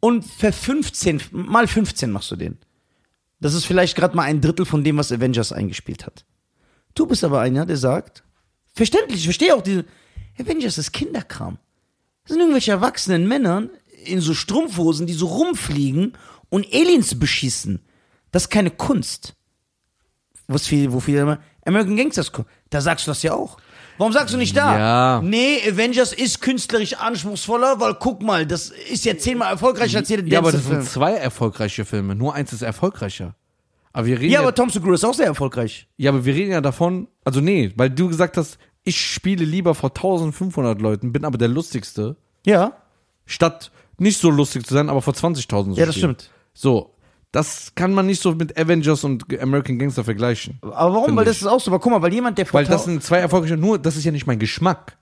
S1: und ver 15, mal 15 machst du den. Das ist vielleicht gerade mal ein Drittel von dem, was Avengers eingespielt hat. Du bist aber einer, der sagt, verständlich, ich verstehe auch diese, Avengers ist Kinderkram. Das sind irgendwelche erwachsenen Männern in so Strumpfhosen, die so rumfliegen und Aliens beschießen. Das ist keine Kunst. wo es viele, wo viele immer American Gangsters gucken. Da sagst du das ja auch. Warum sagst du nicht da?
S2: Ja.
S1: Nee, Avengers ist künstlerisch anspruchsvoller, weil guck mal, das ist ja zehnmal erfolgreicher als jeder
S2: Ja, aber das
S1: Film.
S2: sind zwei erfolgreiche Filme. Nur eins ist erfolgreicher. Aber wir reden
S1: Ja,
S2: ja,
S1: aber Tom Segura ist auch sehr erfolgreich.
S2: ja, aber wir reden ja davon, also nee, weil du gesagt hast, ich spiele lieber vor 1500 Leuten, bin aber der lustigste,
S1: Ja.
S2: statt nicht so lustig zu sein, aber vor 20.000 zu
S1: Ja, das
S2: spielen.
S1: stimmt.
S2: So, das kann man nicht so mit Avengers und American Gangster vergleichen.
S1: Aber warum?
S2: Finde
S1: weil das
S2: ich.
S1: ist auch so. Aber guck mal, weil jemand, der vor
S2: Weil das
S1: tau-
S2: sind zwei erfolgreiche, nur das ist ja nicht mein Geschmack.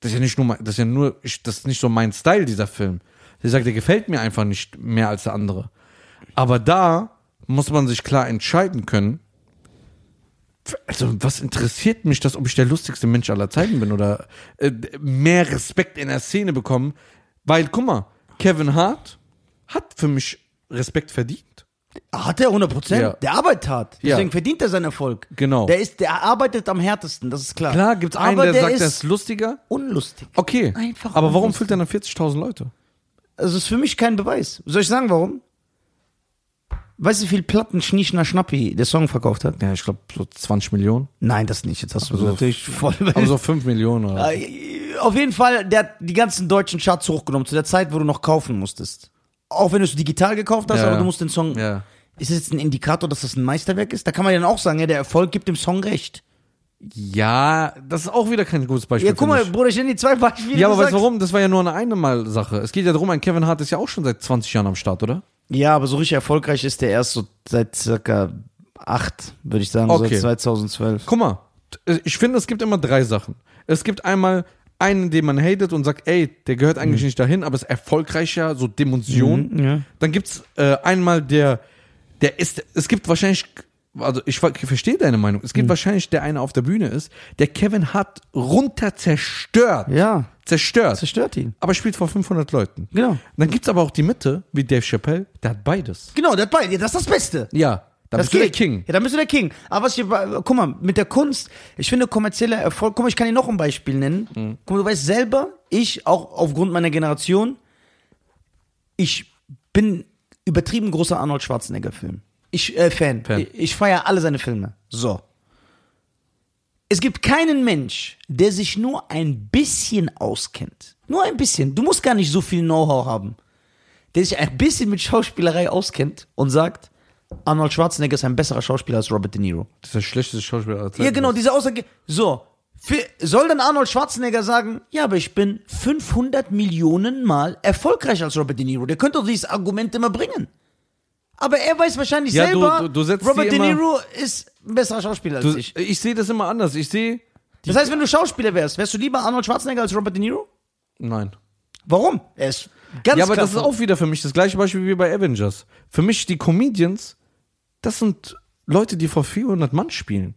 S2: Das ist ja nicht nur mein, das ist ja nur, ich, das ist nicht so mein Style, dieser Film. Ich sage, der gefällt mir einfach nicht mehr als der andere. Aber da muss man sich klar entscheiden können. Also, was interessiert mich das, ob ich der lustigste Mensch aller Zeiten bin oder äh, mehr Respekt in der Szene bekommen? Weil, guck mal, Kevin Hart hat für mich Respekt verdient.
S1: Ah, hat er 100 Prozent.
S2: Ja.
S1: Der arbeitet hart.
S2: Ja.
S1: Deswegen verdient er seinen Erfolg.
S2: Genau.
S1: Der ist, der arbeitet am härtesten. Das ist klar.
S2: Klar, gibt's einen,
S1: aber
S2: der, sagt,
S1: ist
S2: der ist lustiger.
S1: unlustig.
S2: Okay.
S1: Einfach
S2: aber warum
S1: unlustig.
S2: füllt er dann 40.000 Leute?
S1: Also ist für mich kein Beweis. Soll ich sagen, warum? Weißt du, wie viel Platten Schnieschner Schnappi der Song verkauft hat?
S2: Ja, ich glaube so 20 Millionen.
S1: Nein, das nicht. Jetzt hast du
S2: Also-
S1: natürlich voll.
S2: Aber so 5 Millionen oder so.
S1: Äh, [laughs] Auf jeden Fall, der hat die ganzen deutschen Charts hochgenommen zu der Zeit, wo du noch kaufen musstest. Auch wenn du es digital gekauft hast,
S2: Ja,
S1: aber
S2: ja.
S1: du musst den Song.
S2: Ja.
S1: Ist das jetzt ein Indikator, dass das ein Meisterwerk ist? Da kann man ja dann auch sagen, ja, der Erfolg gibt dem Song recht.
S2: Ja, das ist auch wieder kein gutes Beispiel.
S1: Ja, guck
S2: finde
S1: mal,
S2: ich.
S1: Bruder, ich nenne die zwei Beispiele.
S2: Ja, aber
S1: du
S2: weißt du
S1: sagst.
S2: warum? Das war ja nur eine Einmal-Sache. Es geht ja darum, ein Kevin Hart ist ja auch schon seit 20 Jahren am Start, oder?
S1: Ja, aber so richtig erfolgreich ist der erst so seit circa acht, würde ich sagen,
S2: Okay.
S1: seit 2012.
S2: Guck mal, t- ich finde, es gibt immer drei Sachen. Es gibt einmal einen, den man hatet und sagt, ey, der gehört eigentlich nicht dahin, aber ist erfolgreicher, so Dimension.
S1: Mhm. ja.
S2: Dann gibt's äh, einmal der, der ist, es gibt wahrscheinlich, also ich ver- verstehe deine Meinung, es
S1: Mhm.
S2: gibt wahrscheinlich der eine auf der Bühne ist, der Kevin Hart runter zerstört.
S1: Ja,
S2: Zerstört.
S1: zerstört ihn.
S2: aber spielt vor 500 Leuten.
S1: Genau.
S2: Dann gibt's aber auch die Mitte, wie Dave Chappelle, der hat beides.
S1: Genau, der hat beide. Ja, Das ist das Beste.
S2: Ja, dann
S1: das
S2: bist du der King.
S1: Ja, dann bist du der King. Aber was ich, guck mal, mit der Kunst, ich finde kommerzieller Erfolg, guck mal, ich kann dir noch ein Beispiel nennen.
S2: Hm.
S1: Guck mal, du weißt selber, ich, auch aufgrund meiner Generation, ich bin übertrieben großer Arnold Schwarzenegger-Film. Ich, äh, Fan.
S2: Fan.
S1: Ich, ich feiere alle seine Filme. So. Es gibt keinen Mensch, der sich nur ein bisschen auskennt. Nur ein bisschen. Du musst gar nicht so viel Know-how haben. Der sich ein bisschen mit Schauspielerei auskennt und sagt, Arnold Schwarzenegger ist ein besserer Schauspieler als Robert De Niro.
S2: Das ist der schlechteste Schauspieler aller Zeiten.
S1: Ja, genau, diese Aussage. So. Für, soll dann Arnold Schwarzenegger sagen, ja, aber ich bin 500 Millionen Mal erfolgreicher als Robert De Niro. Der könnte doch dieses Argument immer bringen. Aber er weiß wahrscheinlich
S2: Ja, du-
S1: selber,
S2: du- du setzt
S1: Robert
S2: die
S1: De
S2: immer-
S1: Niro ist ein besserer Schauspieler als
S2: Du,
S1: ich.
S2: Äh, ich sehe das immer anders. Ich sehe,
S1: Das heißt, wenn du Schauspieler wärst, wärst du lieber Arnold Schwarzenegger als Robert De Niro?
S2: nein.
S1: Warum? Er ist ganz
S2: ja, aber
S1: klar-
S2: das ist auch wieder für mich das gleiche Beispiel wie bei Avengers. Für mich die Comedians, das sind Leute, die vor 400 Mann spielen.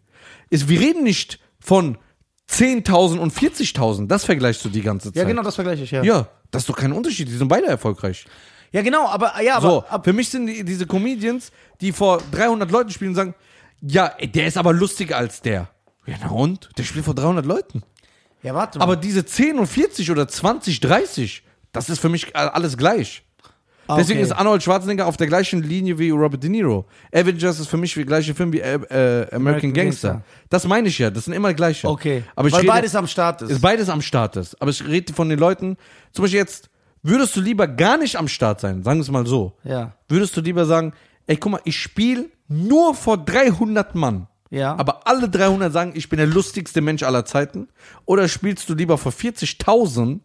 S2: Ist, wir reden nicht von 10.000 und 40.000. Das vergleichst du die ganze Zeit.
S1: Ja, genau, das vergleiche ich, ja. Ja,
S2: Ja, das ist doch kein Unterschied. Die sind beide erfolgreich.
S1: genau, aber, ja, aber,
S2: So,
S1: ab,
S2: für mich sind die, diese Comedians, die vor 300 Leuten spielen und sagen, ja, ey, der ist aber lustiger als der. Ja, na und? Der spielt vor 300 Leuten.
S1: ja, warte mal.
S2: Aber diese 10 und 40 oder 20, 30, das ist für mich a- alles gleich.
S1: Ah,
S2: Deswegen
S1: okay.
S2: ist Arnold Schwarzenegger auf der gleichen Linie wie Robert De Niro. Avengers ist für mich der gleiche Film wie äh, äh, American
S1: American
S2: Gangster.
S1: Gangster.
S2: Das meine ich ja, das sind immer gleiche.
S1: Okay,
S2: aber ich
S1: weil
S2: rede,
S1: beides am Start ist.
S2: ist beides am Start ist. Aber ich rede von den Leuten, zum Beispiel jetzt, würdest du lieber gar nicht am Start sein, sagen wir es mal so,
S1: Ja.
S2: würdest du lieber sagen, ey, guck mal, ich spiele nur vor 300 Mann.
S1: Ja.
S2: Aber alle 300 sagen, ich bin der lustigste Mensch aller Zeiten. Oder spielst du lieber vor 40.000,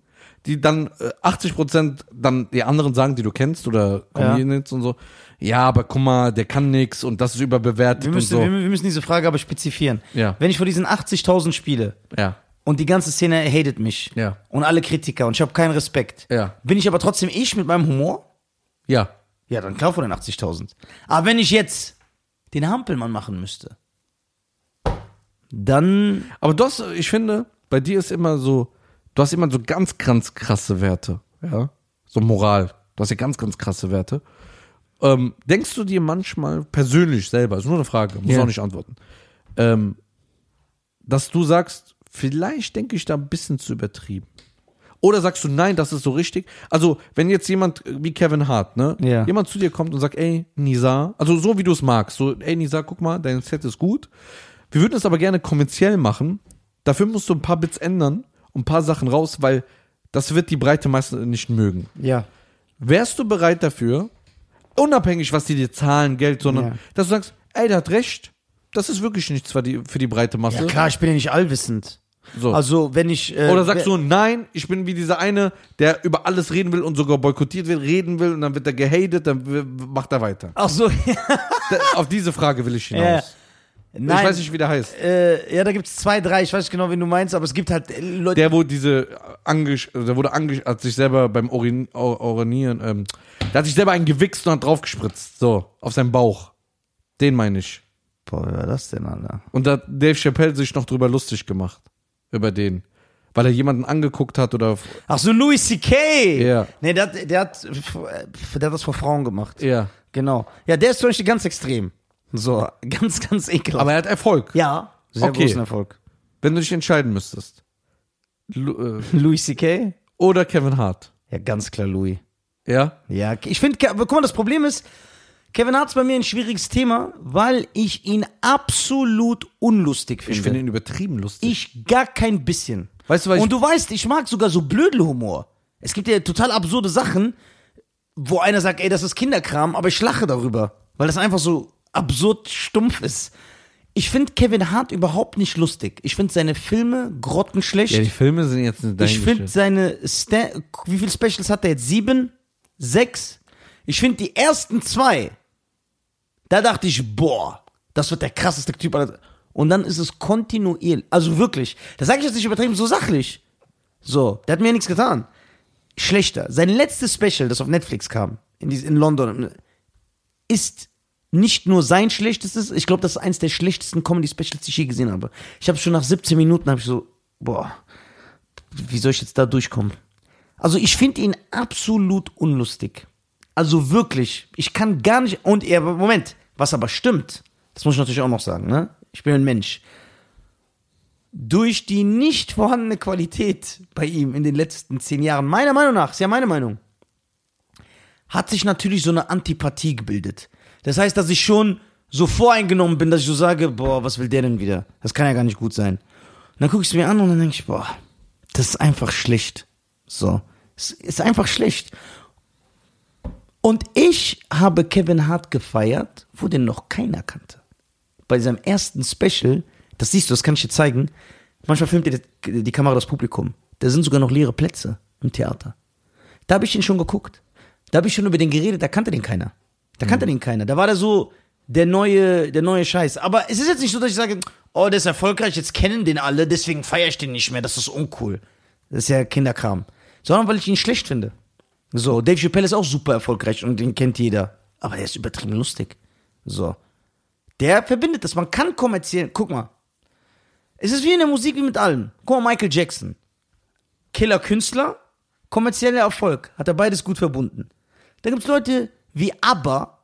S2: die dann äh, 80 Prozent dann die anderen sagen, die du kennst oder Comedians und so. Ja, aber guck mal, der kann nix und das ist überbewertet
S1: wir,
S2: und
S1: müssen,
S2: so.
S1: wir, wir müssen diese Frage aber spezifieren.
S2: Ja.
S1: Wenn ich vor diesen 80.000 spiele
S2: ja.
S1: und die ganze Szene hatet mich
S2: Ja.
S1: und alle Kritiker und ich habe keinen Respekt,
S2: Ja.
S1: bin ich aber trotzdem ich mit meinem Humor?
S2: Ja.
S1: Ja, dann klar von den 80.000. Aber wenn ich jetzt den Hampelmann machen müsste, dann
S2: Aber das, ich finde, bei dir ist immer so, du hast immer so ganz, ganz krasse Werte, ja. So Moral. Du hast ja ganz, ganz krasse Werte. Ähm, denkst du dir manchmal persönlich selber, ist nur eine Frage, muss
S1: Ja.
S2: auch nicht antworten, ähm, dass du sagst, vielleicht denke ich da ein bisschen zu übertrieben. Oder sagst du, nein, das ist so richtig? Also, wenn jetzt jemand äh, wie Kevin Hart, ne?
S1: Ja.
S2: Jemand zu dir kommt und sagt, ey, Nisa, also so wie du es magst, so, ey, Nisa, guck mal, dein Set ist gut. Wir würden es aber gerne kommerziell machen. Dafür musst du ein paar Bits ändern und ein paar Sachen raus, weil das wird die breite Masse nicht mögen.
S1: Ja.
S2: Wärst du bereit dafür, unabhängig, was die dir zahlen, Geld, sondern
S1: Ja.
S2: dass du sagst, ey, der hat recht, das ist wirklich nichts für die, für die breite Masse.
S1: Ja, klar, ich bin ja nicht allwissend.
S2: So.
S1: Also, wenn ich. Äh,
S2: Oder sagst du, nein, ich bin wie dieser eine, der über alles reden will und sogar boykottiert wird, reden will und dann wird er gehatet, dann w- macht er weiter.
S1: Ach so, [laughs] ja.
S2: Da, auf diese Frage will
S1: [laughs]
S2: ich
S1: Ja.
S2: hinaus.
S1: Nein.
S2: Genau. Ich weiß nicht, wie der heißt.
S1: äh, ja, da gibt es zwei, drei, ich weiß nicht genau, wen du meinst, aber es gibt halt äh, Leute.
S2: Der, wo diese äh, angesch, also der wurde angesch, hat sich selber beim Urin, Ur- Urinieren, ähm, der hat sich selber einen gewichst und hat draufgespritzt. So, auf seinen Bauch. Den meine ich.
S1: Boah, wer war das denn, Alter?
S2: Und da hat Dave Chappelle sich noch drüber lustig gemacht. Über den. Weil er jemanden angeguckt hat oder.
S1: Ach so, Louis C.K.
S2: Ja.
S1: Nee, der, hat- der, hat, äh, der hat das vor Frauen gemacht.
S2: Ja.
S1: Genau. Ja, der ist zum Beispiel ganz extrem. So, [laughs] ganz, ganz ekelhaft.
S2: Aber er hat Erfolg.
S1: ja, sehr
S2: Okay.
S1: großen Erfolg.
S2: Wenn du dich entscheiden müsstest. Lu äh,
S1: Louis C.K.?
S2: oder Kevin Hart.
S1: Ja, ganz klar Louis.
S2: Ja?
S1: Ja, ich finde, Ke- aber guck mal, das Problem ist, Kevin Hart ist bei mir ein schwieriges Thema, weil ich ihn absolut unlustig finde.
S2: Ich finde ihn übertrieben lustig.
S1: Ich gar kein bisschen.
S2: Weißt du, weil ich-
S1: Und du weißt, ich mag sogar so Blödelhumor. Es gibt ja total absurde Sachen, wo einer sagt, ey, das ist Kinderkram, aber ich lache darüber, weil das einfach so absurd stumpf ist. Ich finde Kevin Hart überhaupt nicht lustig. Ich finde seine Filme grottenschlecht.
S2: ja, die Filme sind jetzt nicht dein
S1: Ich finde seine Sta wie viele Specials hat er jetzt? Sieben? Sechs? Ich finde die ersten zwei, da dachte ich, boah, das wird der krasseste Typ aller. Und dann ist es kontinuierlich. Also wirklich, das sage ich jetzt nicht übertrieben, so sachlich. So, der hat mir ja nichts getan. Schlechter. Sein letztes Special, das auf Netflix kam, in, dies- in London, ist nicht nur sein schlechtestes, ich glaube, das ist eins der schlechtesten Comedy-Specials, die ich je gesehen habe. Ich habe schon nach 17 Minuten, habe ich so, boah, wie soll ich jetzt da durchkommen? Also ich finde ihn absolut unlustig. Also wirklich, ich kann gar nicht. Und er, Moment, was aber stimmt, das muss ich natürlich auch noch sagen, ne? Ich bin ein Mensch. Durch die nicht vorhandene Qualität bei ihm in den letzten zehn Jahren, meiner Meinung nach, ist ja meine Meinung, hat sich natürlich so eine Antipathie gebildet. Das heißt, dass ich schon so voreingenommen bin, dass ich so sage, boah, was will der denn wieder? Das kann ja gar nicht gut sein. Und dann gucke ich es mir an und dann denke ich, boah, das ist einfach schlecht. So, es ist einfach schlecht. Und ich habe Kevin Hart gefeiert, wo den noch keiner kannte. Bei seinem ersten Special, das siehst du, das kann ich dir zeigen, manchmal filmt dir die die Kamera das Publikum. Da sind sogar noch leere Plätze im Theater. Da habe ich ihn schon geguckt. Da habe ich schon über den geredet, da kannte den keiner. Da kannte den keiner. Da war der so der neue, der neue Scheiß. Aber es ist jetzt nicht so, dass ich sage, oh, der ist erfolgreich, jetzt kennen den alle, deswegen feiere ich den nicht mehr, das ist uncool. Das ist ja Kinderkram. Sondern weil ich ihn schlecht finde. So, Dave Chappelle ist auch super erfolgreich und den kennt jeder. Aber der ist übertrieben lustig. So. Der verbindet das. Man kann kommerziell. Guck mal. Es ist wie in der Musik, wie mit allem. Guck mal, Michael Jackson. Killer Künstler, kommerzieller Erfolg. Hat er beides gut verbunden. Da gibt es Leute wie ABBA.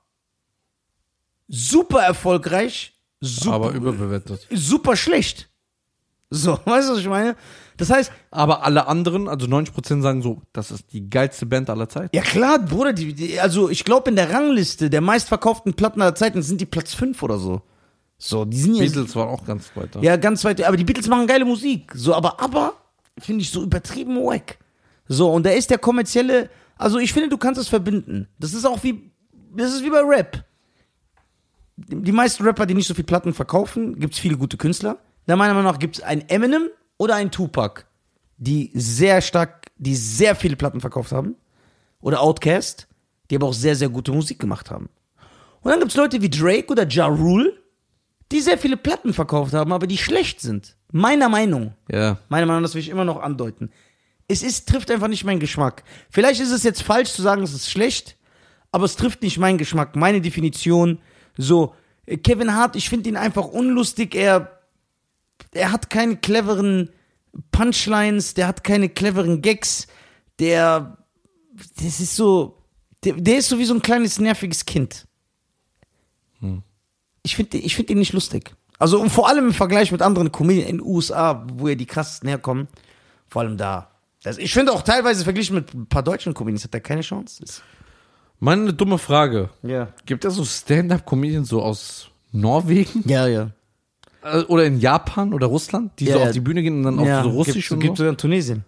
S1: Super erfolgreich. Super,
S2: Aber überbewertet.
S1: super schlecht. So, [laughs] weißt du, was ich meine? Das heißt,
S2: Aber alle anderen, also 90% sagen so, das ist die geilste Band aller Zeiten.
S1: Ja klar, Bruder, die, die, also ich glaube in der Rangliste der meistverkauften Platten aller Zeiten sind die Platz 5 oder so. So, die sind ja,
S2: Beatles waren auch ganz weit da.
S1: ja ganz weit, aber die Beatles machen geile Musik. So, aber aber finde ich so übertrieben wack. So, und da ist der kommerzielle, also ich finde, du kannst es verbinden. Das ist auch wie, das ist wie bei Rap. Die meisten Rapper, die nicht so viel Platten verkaufen, gibt es viele gute Künstler. Na, meiner Meinung nach gibt es einen Eminem oder einen Tupac, die sehr stark, die sehr viele Platten verkauft haben oder Outcast, die aber auch sehr, sehr gute Musik gemacht haben. Und dann gibt es Leute wie Drake oder Ja Rule, die sehr viele Platten verkauft haben, aber die schlecht sind. Meiner Meinung.
S2: Ja.
S1: Meiner Meinung nach, das will ich immer noch andeuten. Es ist, trifft einfach nicht meinen Geschmack. Vielleicht ist es jetzt falsch zu sagen, es ist schlecht, aber es trifft nicht meinen Geschmack, meine Definition. So, äh, Kevin Hart, ich finde ihn einfach unlustig. Er, er hat keine cleveren Punchlines, der hat keine cleveren Gags. Der, das ist so, der, der ist so wie so ein kleines nerviges Kind. Ich finde ich find ihn nicht lustig. Also und vor allem im Vergleich mit anderen Comedien in den USA, wo ja die krassesten herkommen, vor allem da Das, ich finde auch teilweise verglichen mit ein paar deutschen Comedians hat er keine Chance. Ist-
S2: Meine dumme Frage.
S1: Ja.
S2: Gibt es so Stand-up-Comedians so aus Norwegen
S1: Ja, ja.
S2: Äh, oder in Japan oder Russland, die
S1: Ja,
S2: so
S1: ja.
S2: auf die Bühne gehen und dann
S1: ja.
S2: auf so russisch
S1: gibt's,
S2: und
S1: gibt's
S2: so?
S1: sogar in Tunesien.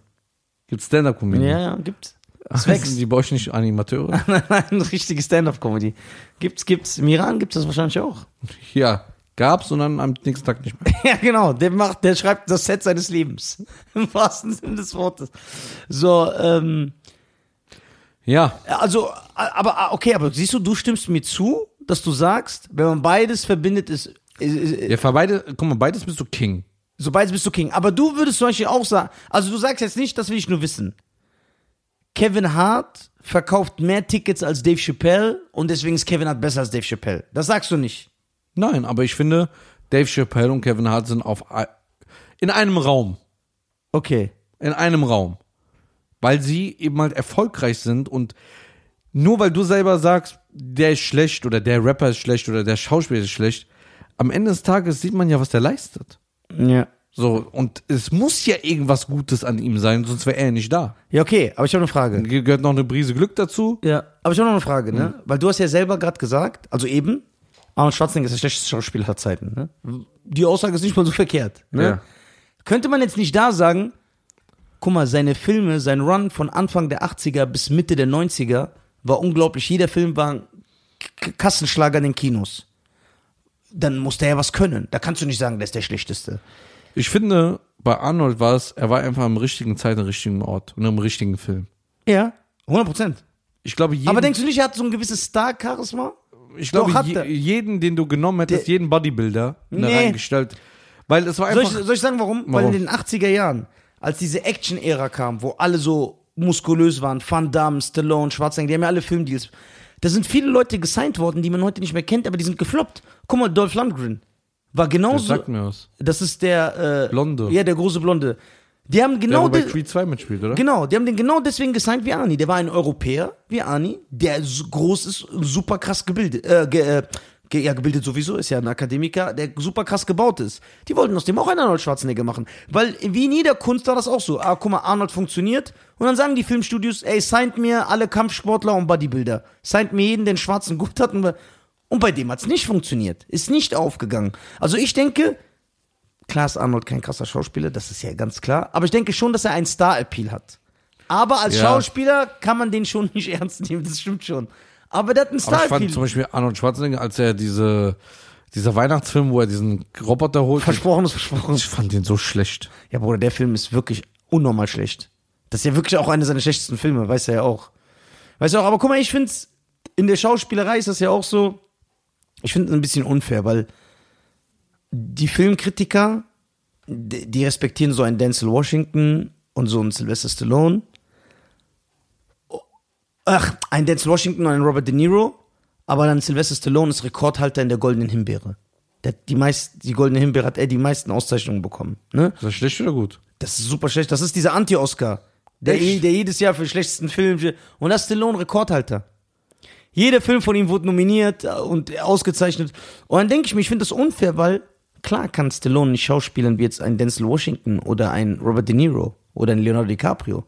S2: Gibt Stand-up-Comedians?
S1: Ja, ja, gibt's. Es
S2: Sind
S1: wächst.
S2: die bei euch nicht Animateure?
S1: [laughs] Nein, nein, richtige Stand-up-Comedy. Gibt's, gibt's. Im Iran gibt's das wahrscheinlich [laughs] auch.
S2: ja, gab's und dann am nächsten Tag nicht mehr.
S1: Ja, genau. Der macht, der schreibt das Set seines Lebens. [laughs] Im wahrsten Sinne des Wortes. So, ähm,
S2: Ja,
S1: also, aber, okay, aber siehst du, du stimmst mir zu, dass du sagst, wenn man beides verbindet, ist, ist, ist
S2: ja für beide, guck mal, beides bist du King.
S1: sobald bist du King. Aber du würdest zum Beispiel auch sagen, also du sagst jetzt nicht, das will ich nur wissen. Kevin Hart verkauft mehr Tickets als Dave Chappelle und deswegen ist Kevin Hart besser als Dave Chappelle. Das sagst du nicht.
S2: Nein, aber ich finde, Dave Chappelle und Kevin Hart sind auf ei- in einem Raum.
S1: Okay.
S2: In einem Raum. Weil sie eben halt erfolgreich sind und nur weil du selber sagst, der ist schlecht oder der Rapper ist schlecht oder der Schauspieler ist schlecht, am Ende des Tages sieht man ja, was der leistet.
S1: Ja.
S2: So, und es muss ja irgendwas Gutes an ihm sein, sonst wäre er nicht da.
S1: Ja, okay, aber ich habe eine Frage.
S2: Ge- Gehört noch eine Brise Glück dazu.
S1: Ja. Aber ich habe noch eine Frage, ne? Weil du hast ja selber gerade gesagt, also eben, Arnold Schwarzenegger ist der schlechteste Schauspieler aller Zeiten, ne? Die Aussage ist nicht mal so verkehrt, ne?
S2: Ja.
S1: Könnte man jetzt nicht da sagen, guck mal, seine Filme, sein Run von Anfang der 80er bis Mitte der 90er war unglaublich. Jeder Film war ein K Kassenschlager in den Kinos. Dann musste er was können. Da kannst du nicht sagen, der ist der Schlechteste.
S2: Ich finde, bei Arnold war es, er war einfach am richtigen Zeit, am richtigen Ort und im richtigen Film.
S1: Ja. 100 Prozent.
S2: Ich glaube, jeden,
S1: Aber denkst du nicht, er hat so ein gewisses Star-Charisma?
S2: ich glaube
S1: doch, hat
S2: je,
S1: er.
S2: jeden, den du genommen hättest, jeden Bodybuilder da
S1: Nee.
S2: reingestellt. Weil es war
S1: Soll
S2: einfach.
S1: ich, soll ich sagen, warum? Weil
S2: Warum?
S1: in den 80er Jahren, als diese Action-Ära kam, wo alle so muskulös waren, Van Damme, Stallone, Schwarzenegger, die haben ja alle Filmdeals. Da sind viele Leute gesigned worden, die man heute nicht mehr kennt, aber die sind gefloppt. Guck mal, Dolph Lundgren war
S2: das
S1: genauso.
S2: sagt mir was.
S1: Das ist der äh,
S2: Blonde.
S1: Ja, der große Blonde. Die haben
S2: Der,
S1: genau
S2: der bei
S1: de-
S2: Creed 2 mitspielt, oder?
S1: Genau, die haben den genau deswegen gesigned wie Ani. Der war ein Europäer wie Ani, der so groß ist, und super krass gebildet, äh, ge, äh, ge, ja gebildet sowieso, ist ja ein Akademiker, der super krass gebaut ist. Die wollten aus dem auch einen Arnold Schwarzenegger machen. Weil wie in jeder Kunst war das auch so. Ah, guck mal, Arnold funktioniert. Und dann sagen die Filmstudios, ey, signed mir alle Kampfsportler und Bodybuilder. Signed mir jeden, der einen schwarzen Gurt hat. Und, und bei dem hat's nicht funktioniert. Ist nicht aufgegangen. Also ich denke, Klar ist Arnold kein krasser Schauspieler, das ist ja ganz klar. Aber ich denke schon, dass er einen Star-Appeal hat. Aber als
S2: Ja.
S1: Schauspieler kann man den schon nicht [laughs] ernst nehmen, das stimmt schon. Aber der hat einen
S2: Aber ich fand zum
S1: Star-Appeal.
S2: Beispiel Arnold Schwarzenegger, als er diese, dieser Weihnachtsfilm, wo er diesen Roboter holt.
S1: Versprochen ist versprochen.
S2: Ich fand den so schlecht.
S1: Ja, Bruder, der Film ist wirklich unnormal schlecht. Das ist ja wirklich auch einer seiner schlechtesten Filme, weiß er ja auch. Weißt du auch, aber guck mal, ich find's, in der Schauspielerei ist das ja auch so, ich finde es ein bisschen unfair, weil die Filmkritiker, die, die respektieren so einen Denzel Washington und so einen Sylvester Stallone. Oh, Ach, einen Denzel Washington und einen Robert De Niro, aber dann Sylvester Stallone ist Rekordhalter in der Goldenen Himbeere. Der, hat die, meist, die Goldene Himbeere hat er die meisten Auszeichnungen bekommen. Ne?
S2: Ist das schlecht oder gut?
S1: Das ist super schlecht. Das ist dieser Anti-Oscar. Der,
S2: Echt?
S1: der jedes Jahr für den schlechtesten Film. Und das ist Stallone Rekordhalter. Jeder Film von ihm wurde nominiert äh, und ausgezeichnet. Und dann denke ich mir, ich finde das unfair, weil klar kann Stallone nicht schauspielern wie jetzt ein Denzel Washington oder ein Robert De Niro oder ein Leonardo DiCaprio.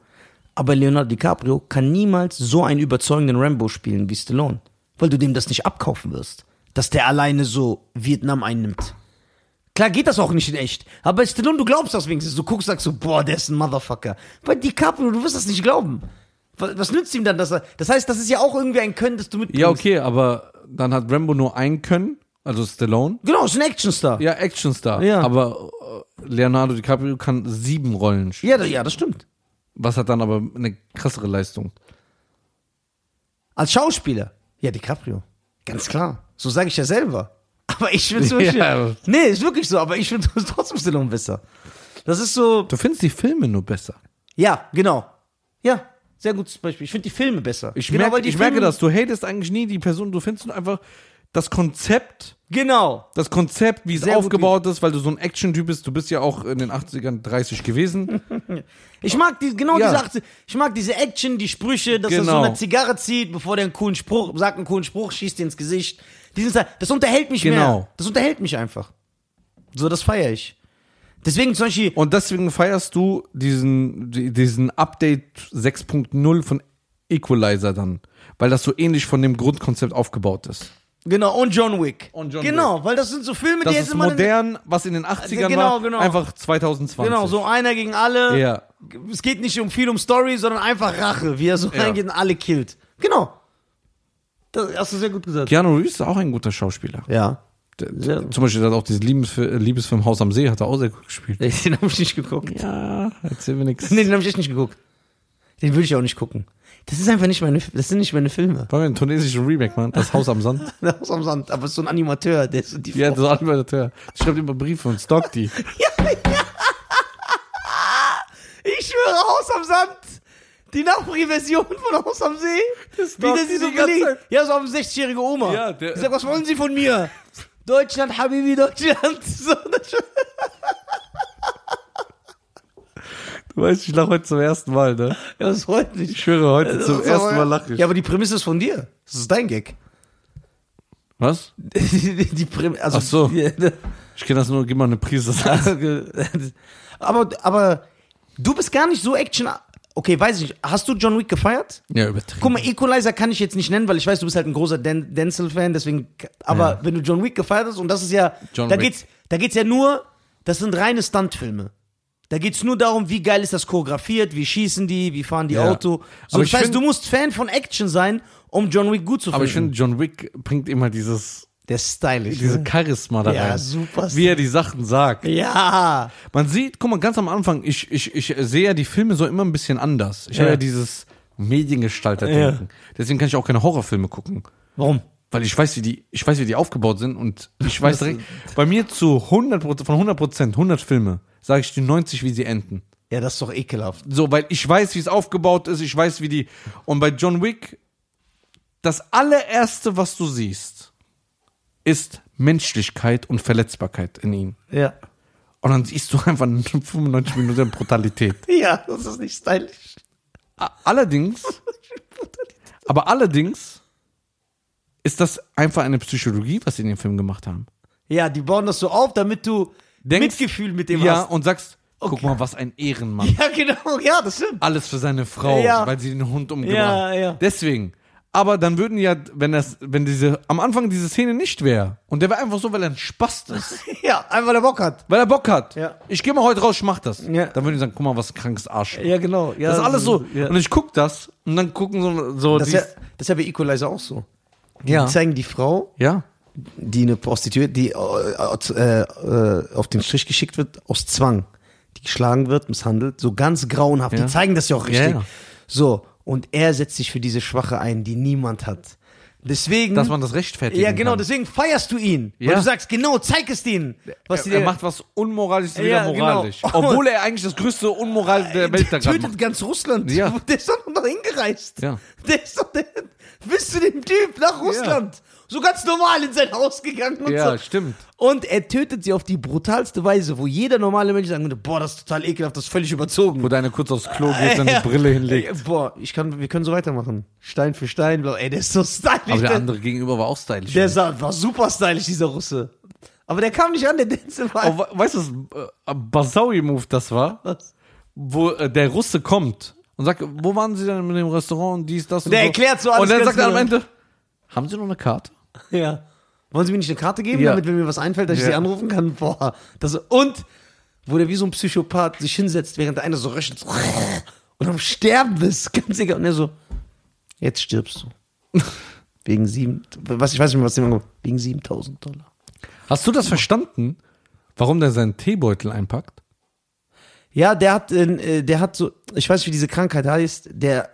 S1: Aber Leonardo DiCaprio kann niemals so einen überzeugenden Rambo spielen wie Stallone. Weil du dem das nicht abkaufen wirst. Dass der alleine so Vietnam einnimmt. Klar geht das auch nicht in echt. Aber Stallone, du glaubst das wenigstens. Du guckst, sagst so, boah, der ist ein Motherfucker. Bei DiCaprio, du wirst das nicht glauben. Was, was nützt ihm dann das? Das heißt, das ist ja auch irgendwie ein Können, das du mitbringst.
S2: Ja, okay, aber dann hat Rambo nur ein Können, also Stallone.
S1: Genau, ist ein Actionstar. Ja,
S2: Ja, Actionstar.
S1: Ja.
S2: Aber äh, Leonardo DiCaprio kann sieben Rollen spielen.
S1: ja, da- ja, das stimmt.
S2: Was hat dann aber eine krassere Leistung?
S1: Als Schauspieler. Ja, DiCaprio. Ganz klar. So sage ich ja selber. [laughs] Aber ich finde wirklich.
S2: Ja.
S1: Nee, ist wirklich so, aber ich finde [laughs] trotzdem Stallone besser. Das ist so.
S2: Du findest die Filme nur besser.
S1: Ja, genau. Ja, sehr gutes Beispiel. Ich finde die Filme besser.
S2: Ich,
S1: genau, weil
S2: merke,
S1: die
S2: ich merke
S1: Filme-
S2: das. Du hatest eigentlich nie die Person. Du findest nur einfach das Konzept,
S1: Genau.
S2: das Konzept, wie es
S1: Sehr gut,
S2: aufgebaut ist, weil du so ein Action-Typ bist. Du bist ja auch in den 80ern 30 gewesen.
S1: Ich mag die, genau
S2: Ja.
S1: diese 80, ich mag diese Action, die Sprüche, dass er so
S2: Genau.
S1: eine Zigarre zieht, bevor der einen coolen Spruch, sagt einen coolen Spruch, schießt ihn ins Gesicht. Dieses, das unterhält mich
S2: Genau.
S1: mehr. Das unterhält mich einfach. So, das feiere ich. Deswegen zum Beispiel,
S2: Und deswegen feierst du diesen, die- diesen Update 6.0 von Equalizer dann. Weil das so ähnlich von dem Grundkonzept aufgebaut ist.
S1: genau, und John Wick.
S2: Und John
S1: genau, weil das sind so Filme,
S2: Das
S1: die
S2: ist
S1: jetzt immer...
S2: modern, was in den 80ern
S1: Genau,
S2: war,
S1: genau.
S2: einfach 2020.
S1: Genau, so einer gegen alle.
S2: Ja.
S1: Es geht nicht um viel um Story, sondern einfach Rache, wie er so
S2: Ja.
S1: reingeht und alle killt. Genau. Das hast du sehr gut gesagt.
S2: Keanu Reeves ist auch ein guter Schauspieler.
S1: Ja. [laughs]
S2: Der-
S1: Ja.
S2: der- Zum Beispiel hat er auch dieses Liebesfilm, Liebesfilm Haus am See, hat er auch sehr gut gespielt.
S1: Den habe ich nicht geguckt.
S2: Ja, erzähl mir nichts.
S1: [laughs] Nee, den habe ich echt nicht geguckt. Den würde ich auch nicht gucken. Das ist einfach nicht meine, das sind nicht meine [laughs] Filme.
S2: Wollen wir einen tunesischen Remake machen? Das Haus am Sand?
S1: Aus am Sand, aber es ist so ein Animateur, der ist so die
S2: Ja,
S1: Frau.
S2: das Animateur. Schreibt immer Briefe und stockt die.
S1: Ich schwöre, Haus am Sand. Die Nachbarversion von Haus am See. Wie
S2: macht
S1: der
S2: die
S1: sie so
S2: die ganze
S1: gelegt.
S2: Zeit.
S1: Ja, so auf eine 60-jährige Oma.
S2: Ja, der-
S1: die sagt, was wollen Sie von mir? Deutschland, Habibi, Deutschland. [laughs] So, das
S2: Du weißt, ich lache heute zum ersten Mal, ne?
S1: Ja, das freut mich.
S2: Ich schwöre, heute zum
S1: Das ist
S2: ersten
S1: aber-
S2: Mal lache ich.
S1: Ja, aber die Prämisse ist von dir. Das ist dein Gag. [laughs]
S2: Was?
S1: die die Prämisse, also,
S2: Ach so.
S1: die- die-
S2: Ich kenne das nur, gib mal eine Prise Salz.
S1: [laughs] aber, aber du bist gar nicht so Action. Okay, weiß ich nicht. Hast du John Wick gefeiert?
S2: Ja, übertrieben.
S1: Guck mal, Equalizer kann ich jetzt nicht nennen, weil ich weiß, du bist halt ein großer Den Denzel-Fan, deswegen. Aber
S2: Ja.
S1: wenn du John Wick gefeiert hast, und das ist ja.
S2: John
S1: da
S2: Wick.
S1: geht's, da geht's ja nur, das sind reine Stuntfilme. Da geht's nur darum, wie geil ist das choreografiert, wie schießen die, wie fahren die
S2: Ja.
S1: Auto. So,
S2: Aber
S1: das
S2: ich
S1: heißt,
S2: find-
S1: du musst Fan von Action sein, um John Wick gut zu finden.
S2: aber ich finde, John Wick bringt immer dieses,
S1: Der ist stylisch.
S2: diese
S1: ne?
S2: Charisma da
S1: Ja,
S2: rein.
S1: super.
S2: Wie er die Sachen sagt.
S1: ja.
S2: Man sieht, guck mal, ganz am Anfang, ich, ich, ich sehe ja die Filme so immer ein bisschen anders. Ich habe ja dieses Mediengestalter-Denken. Deswegen kann ich auch keine Horrorfilme gucken.
S1: Warum?
S2: Weil ich weiß, wie die, ich weiß, wie die aufgebaut sind und ich weiß direkt, bei mir zu 100%, von 100%, 100 Filme, sage ich die 90, wie sie enden.
S1: Ja, das ist doch ekelhaft.
S2: So, weil ich weiß, wie es aufgebaut ist, ich weiß, wie die, und bei John Wick, das allererste, was du siehst, ist Menschlichkeit und Verletzbarkeit in ihm.
S1: Ja.
S2: Und dann siehst du einfach [laughs] 95 Minuten Brutalität.
S1: Ja, das ist nicht stylisch.
S2: A- Allerdings, aber allerdings ist das einfach eine Psychologie, was sie in dem Film gemacht haben.
S1: Ja, die bauen das so auf, damit du
S2: Denkst-
S1: Mitgefühl mit dem
S2: ja,
S1: hast. [laughs]
S2: und sagst, guck
S1: Okay.
S2: mal, was ein Ehrenmann.
S1: Ja, genau. Ja, das stimmt.
S2: Alles für seine Frau,
S1: Ja.
S2: weil sie den Hund umgebracht
S1: Ja,
S2: hat.
S1: ja.
S2: Deswegen. Aber dann würden ja, wenn das, wenn diese, am Anfang diese Szene nicht wäre, und der wäre einfach so, weil er ein Spast ist,
S1: [laughs] Ja, einfach weil er Bock hat.
S2: weil er Bock hat.
S1: Ja.
S2: Ich gehe mal heute raus, ich mach das.
S1: Ja.
S2: Dann würden die sagen, guck mal, was ein krankes Arsch.
S1: Ja, genau.
S2: das ist alles so.
S1: Ja.
S2: Und ich guck das, und dann gucken so, so
S1: Das, ist
S2: dies-
S1: ja, das ist ja bei Equalizer auch so.
S2: ja.
S1: Die zeigen die Frau,
S2: Ja.
S1: die eine Prostituierte, die äh, äh, äh, auf den Strich geschickt wird, aus Zwang. Die geschlagen wird, misshandelt, so ganz grauenhaft.
S2: Ja.
S1: Die zeigen das ja auch richtig.
S2: Ja, ja.
S1: So, und er setzt sich für diese Schwache ein, die niemand hat. Deswegen.
S2: Dass man das rechtfertigen
S1: Mhm. Ja, genau,
S2: kann.
S1: deswegen feierst du ihn. Weil
S2: Ja.
S1: du sagst, genau, zeig es denen. Was
S2: er,
S1: die
S2: er macht was Unmoralisches wieder
S1: Ja, genau.
S2: moralisch.
S1: [laughs]
S2: Obwohl er eigentlich das größte Unmoral der Welt da
S1: der
S2: gerade macht.
S1: tötet ganz Russland.
S2: Ja.
S1: [laughs] Der ist doch noch hingereist.
S2: Ja.
S1: Der ist doch der, bist du dem Typ nach Russland? So ganz normal in sein Haus gegangen und
S2: Ja,
S1: so.
S2: stimmt.
S1: Und er tötet sie auf die brutalste Weise, wo jeder normale Mensch sagen würde, boah, das ist total ekelhaft, das ist völlig überzogen.
S2: Wo deine kurz aufs Klo
S1: [laughs]
S2: geht, dann die Brille hinlegt.
S1: Ey, Boah, ich kann, wir können so weitermachen. Stein für Stein, bla, ey, der ist so stylisch.
S2: Aber der
S1: der-
S2: andere gegenüber war auch stylisch.
S1: Der sah, war super stylisch, dieser Russe. Aber der kam nicht an, der Denzel war
S2: Oh, we- weißt du, was äh, Basaui-Move das war?
S1: Was?
S2: Wo äh, der Russe kommt und sagt, wo waren Sie denn mit dem Restaurant und dies, das und
S1: Der
S2: so.
S1: erklärt so alles
S2: Und dann
S1: ganz
S2: sagt er am
S1: genau.
S2: Ende, haben Sie noch eine Karte?
S1: Ja. Wollen Sie mir nicht eine Karte geben,
S2: Ja.
S1: damit, wenn mir was einfällt, dass ich
S2: Ja.
S1: Sie anrufen kann? Boah. Das, und wo der wie so ein Psychopath sich hinsetzt, während der eine so röchelt so, und am Sterben ist. [laughs] Ganz egal. Und er so, jetzt stirbst du.
S2: [laughs]
S1: Wegen sieben, was, ich weiß nicht mehr, was der Mann gemacht hat. Wegen 7000 Dollar.
S2: Hast du das verstanden, warum der seinen Teebeutel einpackt?
S1: Ja, der hat, äh, der hat so, ich weiß nicht, wie diese Krankheit heißt, der,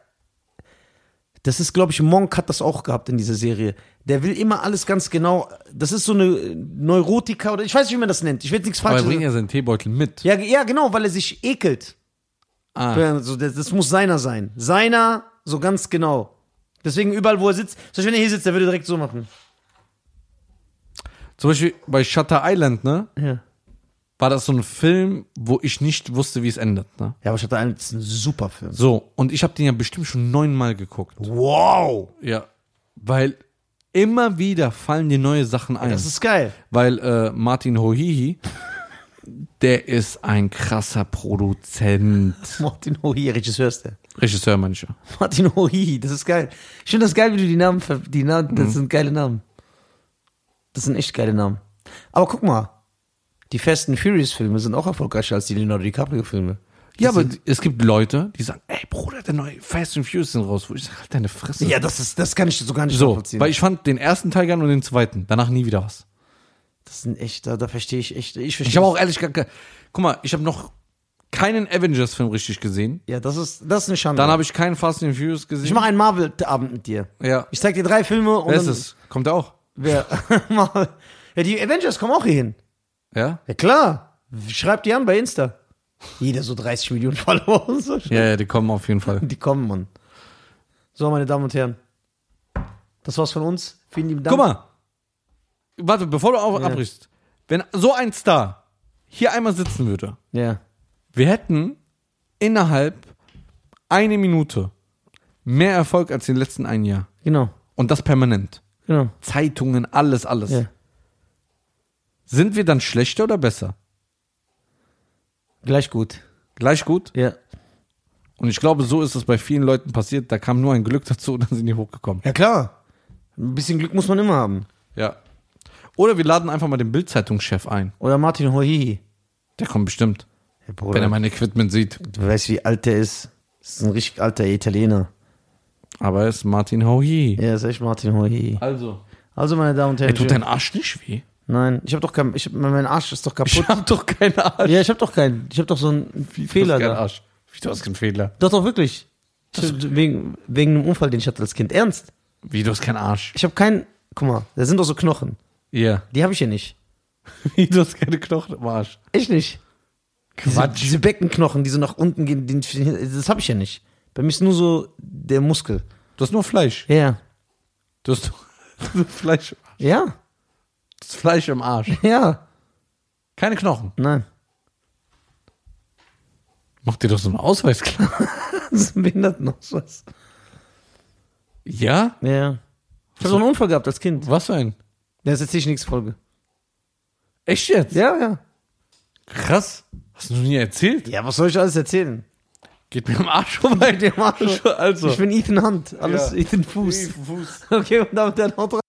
S1: das ist, glaube ich, Monk hat das auch gehabt in dieser Serie. Der will immer alles ganz genau, das ist so eine Neurotika oder ich weiß nicht, wie man das nennt. Ich will jetzt nichts
S2: Aber
S1: falsch
S2: er bringt ja seinen Teebeutel mit.
S1: Ja, ge- ja, genau, weil er sich ekelt.
S2: Ah,
S1: Also, das, das muss seiner sein. Seiner, so ganz genau. Deswegen überall, wo er sitzt, zum Beispiel, wenn er hier sitzt, der würde direkt so machen.
S2: zum Beispiel bei Shutter Island, ne?
S1: Ja.
S2: war das so ein Film, wo ich nicht wusste, wie es endet. Ne?
S1: Ja, aber ich hatte einen, das ist ein super Film.
S2: So, und ich habe den ja bestimmt schon neunmal geguckt.
S1: Oh. Wow!
S2: Ja. Weil immer wieder fallen dir neue Sachen ein.
S1: Das ist geil.
S2: weil äh, Martin Hohihi der ist ein krasser Produzent.
S1: Martin Hohi, Regisseur ist der.
S2: Regisseur, meine ich ja.
S1: Martin Hohi, das ist geil. Ich finde das geil, wie du die Namen, ver- die Namen, das sind geile Namen. Das sind echt geile Namen. Aber guck mal, die Fast and Furious Filme sind auch erfolgreicher als die Leonardo DiCaprio Filme.
S2: Ja, aber es gibt Leute, die sagen, ey Bruder, der neue Fast and Furious sind raus. Wo ich sage, halt deine Fresse.
S1: Ja, das ist, das kann ich so gar nicht
S2: so,
S1: nachvollziehen.
S2: weil ich fand den ersten Teil gern und den zweiten. Danach nie wieder was.
S1: das sind echt, da, da verstehe ich echt, ich verstehe.
S2: Ich habe auch ehrlich gesagt, guck mal, ich habe noch keinen Avengers-Film richtig gesehen.
S1: ja, das ist, das ist eine Schande.
S2: Dann habe ich keinen Fast and Furious gesehen.
S1: ich mache einen Marvel-Abend mit dir.
S2: ja.
S1: Ich zeig dir drei Filme und
S2: Wer ist
S1: dann,
S2: es? Kommt er auch?
S1: Wer, [laughs] Marvel. Ja, die Avengers kommen auch hier hin.
S2: Ja?
S1: Ja klar, schreibt die an bei Insta. Jeder so 30 Millionen [laughs] Follower und so.
S2: Ja, ja, die kommen auf jeden Fall.
S1: Die kommen, Mann. So, meine Damen und Herren. Das war's von uns. Vielen lieben Dank.
S2: Guck mal. Warte, bevor du auf, abbrichst. Wenn so ein Star hier einmal sitzen würde,
S1: Ja.
S2: wir hätten innerhalb eine Minute mehr Erfolg als in den letzten ein Jahr.
S1: Genau.
S2: Und das permanent.
S1: Genau.
S2: Zeitungen, alles, alles.
S1: Ja.
S2: Sind wir dann schlechter oder besser?
S1: Gleich gut.
S2: Gleich gut.
S1: Ja.
S2: Und ich glaube, so ist es bei vielen Leuten passiert. Da kam nur ein Glück dazu [laughs] und dann sind die hochgekommen.
S1: Ja, klar. Ein bisschen Glück muss man immer haben.
S2: Ja. Oder wir laden einfach mal den Bildzeitungschef ein.
S1: Oder Martin Hohihi.
S2: Der kommt bestimmt,
S1: Herr
S2: wenn er
S1: Bruder,
S2: mein Equipment sieht.
S1: du weißt, wie alt der ist. Das ist ein richtig alter Italiener.
S2: Aber er ist Martin Hauhi.
S1: Ja, das ist echt Martin Hohihi.
S2: Also.
S1: Also, meine Damen und Herren.
S2: Ey, tut dein Arsch nicht weh?
S1: Nein, ich habe doch kein, ich hab, mein Arsch ist doch kaputt.
S2: Ich hab doch keinen Arsch.
S1: ja, ich habe doch keinen. Ich habe doch so einen Fehler
S2: keinen
S1: da.
S2: Arsch. Wie, du hast keinen Fehler?
S1: Doch, doch, wirklich. Ich, wegen, wegen einem Unfall, den ich hatte als Kind. Ernst?
S2: Wie, du hast keinen Arsch?
S1: Ich habe keinen. Guck mal, da sind doch so Knochen.
S2: [laughs] Ja.
S1: Die habe ich ja nicht.
S2: Wie, du hast keine Knochen im Arsch?
S1: Ich nicht. Diese, diese Beckenknochen, die so nach unten gehen, die, die- das habe ich ja nicht. Bei mir ist nur so der Muskel.
S2: Du hast nur Fleisch.
S1: Ja.
S2: Du hast nur [laughs] Fleisch.
S1: Ja.
S2: Das Fleisch im Arsch.
S1: Ja.
S2: Keine Knochen.
S1: Nein. [laughs]
S2: Mach dir doch so einen Ausweis klar.
S1: Also, Das ist ein Behindertenausweis.
S2: Ja?
S1: Ja. Ich habe so einen Unfall gehabt als Kind.
S2: Was für ein?
S1: Ja, Das erzähle ich nächste Folge.
S2: Echt jetzt?
S1: Ja, ja.
S2: Krass. Hast du noch nie erzählt?
S1: Ja, was soll ich alles erzählen?
S2: Geht mir am Arsch [laughs] vorbei.
S1: Dir mal.
S2: Also.
S1: Ich bin Ethan Hunt. Alles
S2: Ja.
S1: Ethan Fuß. Okay, und damit dann haut rein.